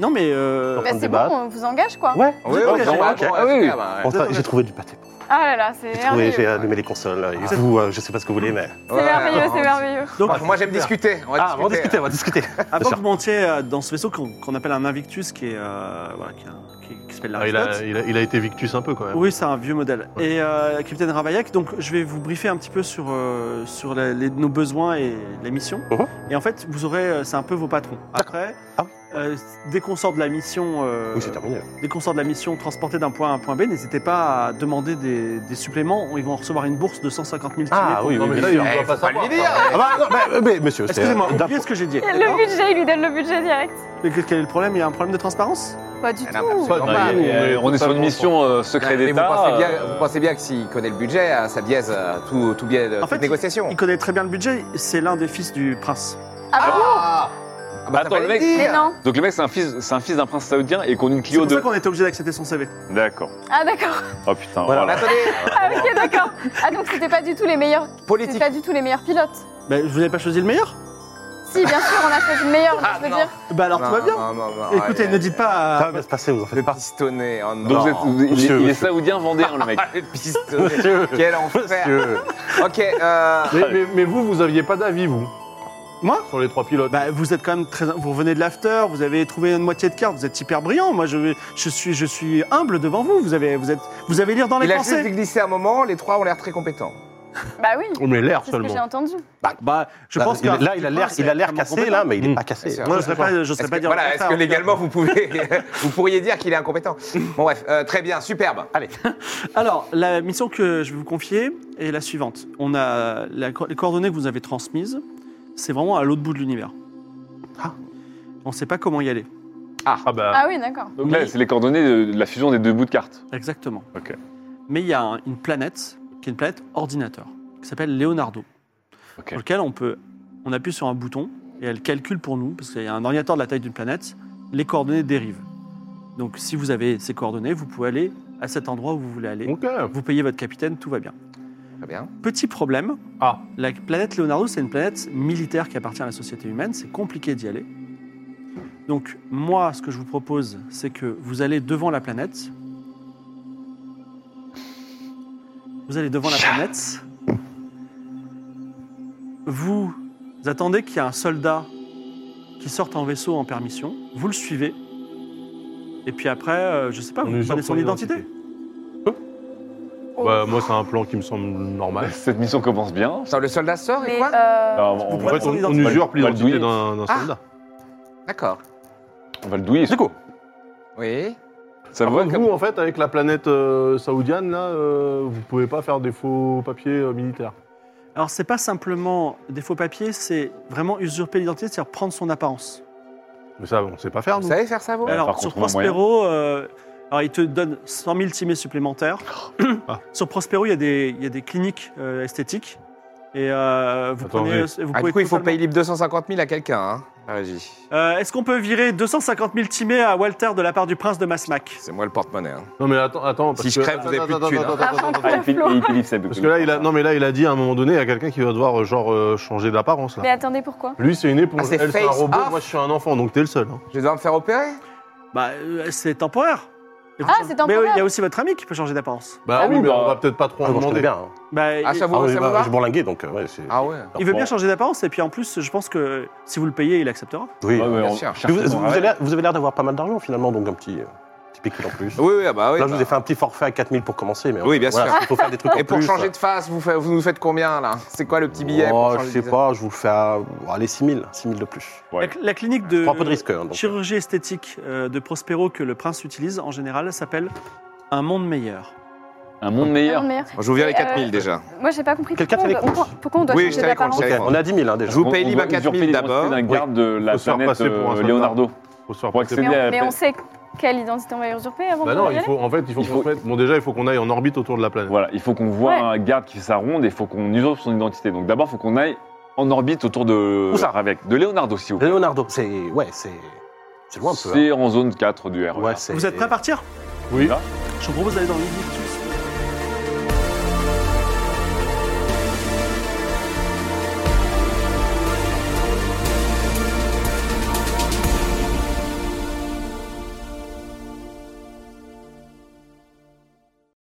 A: Non, mais euh,
D: Bah,
H: on
D: c'est
H: débat.
D: bon, on vous engage, quoi.
H: Ouais.
E: euh,
F: Oui, oui,
A: Ok,
F: oui,
A: ok.
F: bon, bon,
G: Ah oui.
F: super, bah, ouais.
H: Enfin, j'ai trouvé du pâté.
D: Ah là là, c'est
H: J'ai trouvé, j'ai
D: merveilleux.
H: allumé les consoles. là, Et
E: Ah.
H: vous, euh, je sais pas ce que vous voulez, mais.
D: C'est
F: Ouais,
D: merveilleux,
F: on-
A: *laughs*
D: c'est merveilleux.
A: donc,
F: Ah, moi j'aime discuter. On va
H: Ah, on va discuter, on va discuter.
A: avant
H: sûr.
A: que vous montiez euh, dans ce vaisseau qu'on qu'on appelle un Invictus, qui est euh, voilà, qui, est un- qui- qui s'appelle
E: Ah, il,
A: l'Aristote.
E: a, il a- il a été victus un peu quand même.
A: Oui, c'est un vieux modèle.
E: Ouais.
A: Et euh, Capitaine Ravaillac, donc je vais vous briefer un petit peu sur, euh, sur la- les- nos besoins et la mission.
H: Mhm.
A: Et en fait, vous aurez, euh, c'est un peu vos patrons. Après,
H: Ah.
A: euh, dès qu'on sort de la mission, euh,
H: Oui, c'est terminé.
A: dès qu'on sort de la mission transportée d'un point A à un point B, n'hésitez pas à demander des, des suppléments. Ils vont recevoir une bourse de 150 000
H: Ah,
A: pour-
H: oui,
E: Non,
H: oui,
E: mais
H: bien
E: là, il
H: sûr.
E: doit
F: Eh,
E: pas
F: faut pas
E: savoir.
F: lui dire.
H: Ah bah, non, mais, mais, monsieur, c'est.
A: Excusez-moi,
H: d'un-
A: oubliez ce que j'ai dit.
D: Le budget, il lui donne le budget direct.
A: Mais quel est le problème Il y a un problème de transparence
D: Pas du
F: Ah, non,
D: tout.
F: absolument
E: Pas
G: Ouais,
E: du
F: pas.
E: tout.
G: et, euh, on est sur une mission euh, secret
F: Ah, Mais vous
G: d'État.
F: pensez, bien,
G: euh,
F: vous pensez bien que s'il connaît le budget, euh, ça biaise euh, tout, tout biais de
A: En
F: toute
A: fait,
F: négociation.
A: Il connaît très bien le budget. C'est l'un des fils du prince.
F: Ah, Ah, bah, ça
G: Attends, le
F: fallait
G: mec-
F: le
D: Mais
F: dire.
D: non.
G: Donc le mec, c'est un fils, c'est un fils d'un prince saoudien et qu'on une
A: C'est
G: Clio
A: pour ça
G: 2.
A: qu'on était obligé d'accepter son CV.
G: D'accord.
D: Ah d'accord. *laughs*
G: Oh putain.
H: Voilà.
F: Mais
G: Voilà.
F: attendez,
D: Ah ok, d'accord. Ah donc c'était pas du tout les meilleurs. C'était
F: politique.
D: pas du tout les meilleurs pilotes.
A: Ben, vous n'avez pas choisi le meilleur
D: Si, bien sûr, on a choisi le meilleur.
F: Ah,
D: je veux
F: non.
D: dire.
A: Bah alors tout va bien.
F: Non, non, non,
A: Écoutez,
F: ouais,
A: ne dites pas. à-
H: Ça va bien se passer, vous en
F: Le
H: faites pas.
F: pistonné, oh non.
G: Donc vous êtes- vous- il, est-
H: monsieur,
G: il est
H: monsieur.
G: saoudien vendéen, le mec.
F: *laughs* Ah, le pistonné. Quel enfer.
H: Monsieur.
F: Ok, euh,
E: Mais, Ah, mais- mais vous, vous aviez pas d'avis, vous
A: Moi
E: Sur les trois pilotes.
A: Bah, vous êtes quand même très. Vous revenez de l'after, vous avez trouvé une moitié de carte, vous êtes hyper brillant. Moi, je, vais- je, suis, je suis humble devant vous. Vous avez, vous êtes, vous avez lire dans les
F: il a juste
A: pensées.
F: vu glisser un moment, les trois ont l'air très compétents.
D: Bah oui.
E: Oh, mais l'air
D: C'est ce que
E: seulement.
D: j'ai entendu.
A: Bah, je
H: Là,
A: pense
H: il-
A: que. Bah,
H: Là, il a l'air, il a l'air cassé, là, mais il
E: Mm.
H: est pas cassé.
F: C'est
A: Moi, je ne pas, je
F: Est-ce
A: serais
F: que,
A: pas dire. le
F: voilà, est-ce
A: contraire,
F: que
A: en tout cas.
F: légalement vous, pouvez, vous pourriez dire qu'il est incompétent Bon bref, euh, très bien, superbe. Allez,
A: Alors, la mission que je vais vous confier est la suivante. On a la co- les coordonnées que vous avez transmises. C'est vraiment à l'autre bout de l'univers.
H: Ah.
A: On ne sait pas comment y aller.
E: Ah bah,
D: Ah oui, d'accord.
G: Donc là, c'est les coordonnées de de la fusion des deux bouts de carte.
A: Exactement.
G: Ok.
A: Mais il y a un- une planète qui est une planète ordinateur, qui s'appelle Leonardo,
G: Ok.
A: sur lequel on peut, on appuie sur un bouton et elle calcule pour nous, parce qu'il y a un ordinateur de la taille d'une planète, les coordonnées dérivent. Donc si vous avez ces coordonnées, vous pouvez aller à cet endroit où vous voulez aller.
E: ok.
A: Vous payez votre capitaine, tout va bien.
F: Très bien.
A: Petit problème,
E: Ah.
A: la planète Leonardo, c'est une planète militaire qui appartient à la société humaine, c'est compliqué d'y aller. Donc moi, ce que je vous propose, c'est que vous allez devant la planète. Vous allez devant la planète. Vous attendez qu'il y ait un soldat qui sorte en vaisseau en permission. Vous le suivez. Et puis après, euh, je sais pas,
E: On
A: vous
E: usurpe
A: prenez son identité.
E: Bah, moi, c'est un plan qui me semble normal.
G: Cette mission commence bien.
F: Attends, le soldat sort et
D: Mais,
F: quoi
D: euh,
G: Alors, on,
E: En
G: va,
E: fait,
A: son
E: on, on
A: identité.
E: usurpe
G: On va le
E: l'identité
G: douiller.
E: d'un d'un
F: Ah.
E: soldat.
F: D'accord.
G: on va le douiller.
E: Du coup,
F: Oui.
G: Ça
E: Par
G: vous va
E: contre,
G: comme-
E: vous, en fait, avec la planète euh, saoudienne, là, euh, vous pouvez pas faire des faux papiers euh, militaires.
A: Alors, c'est pas simplement des faux papiers, c'est vraiment usurper l'identité, c'est-à-dire prendre son apparence.
E: Mais ça, on sait pas faire,
F: Vous
E: nous.
F: savez faire ça, vous
G: Ouais.
A: alors,
G: par
A: sur
G: contre, on a moyen.
A: Prospero, euh, alors, il te donne 100 000 timés supplémentaires.
G: Oh.
E: Ah.
A: Sur Prospero, il y a des, il y a des cliniques euh, esthétiques. Et euh, vous,
E: Attends,
A: prenez,
E: oui.
A: vous
F: Ah,
A: pouvez
F: du coup, il faut
A: totalement-
F: payer libre 250 000 à quelqu'un, hein, la régie.
A: Euh, Est-ce qu'on peut virer 250 000 timés à Walter de la part du prince de Masmac
F: C'est moi le porte-monnaie. hein.
E: Non, mais attends, attends. parce
F: Si je
E: que-
F: crève, vous avez
E: Attends,
F: plus de
E: attends,
F: thunes, hein.
E: attends, attends, attends, attends.
G: Ah, il pile- il pile Yves Seb.
E: Parce que là, il a... non, mais là, il a dit à un moment donné, il y a quelqu'un qui va devoir, euh, genre, euh, changer d'apparence,
D: Mais
E: là.
D: attendez, pourquoi
E: Lui, c'est une éponge.
F: Ah, c'est
E: Elle, c'est un
F: face
E: robot.
F: off.
E: Moi, je suis un enfant, donc t'es le seul. hein.
F: Je vais devoir me faire opérer
A: Bah, euh, c'est temporaire. Et vous
D: Ah,
A: changez-
D: c'est temporaire.
A: Mais euh, il y a aussi votre ami qui peut changer d'apparence.
E: Bah
G: Ah
E: oui,
G: oui,
E: mais
G: bah-
E: on va peut-être pas trop
H: Ah,
E: en
H: moi, je connais
E: demander.
H: bien. hein.
A: Bah,
F: Ah,
A: il-
F: ça vous,
H: Ah, oui,
F: ça
H: bah,
F: vous va
H: je bourlinguais, donc, euh, ouais, c'est...
F: Ah ouais.
A: il veut
H: Bon.
A: bien changer d'apparence, et puis en plus, je pense que si vous le payez, il acceptera.
H: Oui.
G: Ouais, ouais,
F: Bien
G: on-
F: sûr.
H: Puis Vous,
G: cherche-
H: vous
G: ouais.
H: avez l'air- vous avez l'air d'avoir pas mal d'argent, finalement, donc un petit, euh, petit pic en plus.
F: Oui, oui, ah bah oui.
H: là, je vous ai
F: bah.
H: fait un petit forfait à 4000 pour commencer, mais...
F: Oui, bien
H: voilà,
F: sûr.
H: Il faut faire des trucs en
F: Et
H: plus.
F: pour changer de face, vous, fa- vous nous faites combien, là C'est quoi le petit billet
H: Oh,
F: pour changer
H: je sais
F: de-
H: pas, je vous le fais à... bon, Allez, 6000, 6000 de plus.
G: Ouais.
A: La, la clinique de...
H: Je prends un peu de risque, hein, donc.
A: chirurgie esthétique euh, de Prospero que le prince utilise en général s'appelle un monde meilleur.
G: Un monde meilleur.
D: Non, mais-
F: Bon, Je vous viens les
D: Et, euh,
F: 4 000 déjà.
D: Moi, j'ai pas compris.
H: Quelqu'un
D: pourquoi
H: fait
D: on
H: les
D: doit- Pourquoi on doit
F: Oui,
D: changer
F: j'étais avec
D: d'apparence
F: Roxane.
H: Ok, on est à 10 000, hein, déjà.
F: Je vous
G: On-
F: paye
G: on
F: libre à
G: doit
F: 4
G: usurper
F: 000
G: l'identité
F: d'abord.
G: d'un garde de la
E: Faut se faire
G: planète
E: passer pour un
G: euh,
E: soldat.
G: Leonardo.
E: Faut se faire
G: Pour
E: passer
G: accéder
D: Mais,
G: à la
D: on, mais on
G: planète.
D: sait quelle identité on va usurper avant
E: Bah
D: de
E: non,
D: y
E: il
D: aller.
E: faut, en fait, il faut,
G: Il
E: qu'on
G: faut-
E: se mette- Bon, déjà, il faut qu'on aille en orbite autour de la planète.
G: Voilà, il faut qu'on voit
D: Ouais.
G: un garde qui fait sa ronde et il faut qu'on usurpe son identité. Donc d'abord, il faut qu'on aille en orbite autour de
H: Où ça
G: avec de Leonardo, si vous plaît.
H: Leonardo, c'est... Ouais, c'est... C'est loin un peu, hein.
G: C'est en zone 4 du E RER.
H: Ouais, c'est-
A: Vous êtes prêts à partir
G: Oui.
A: Je vous propose d'aller dans l'Ignite.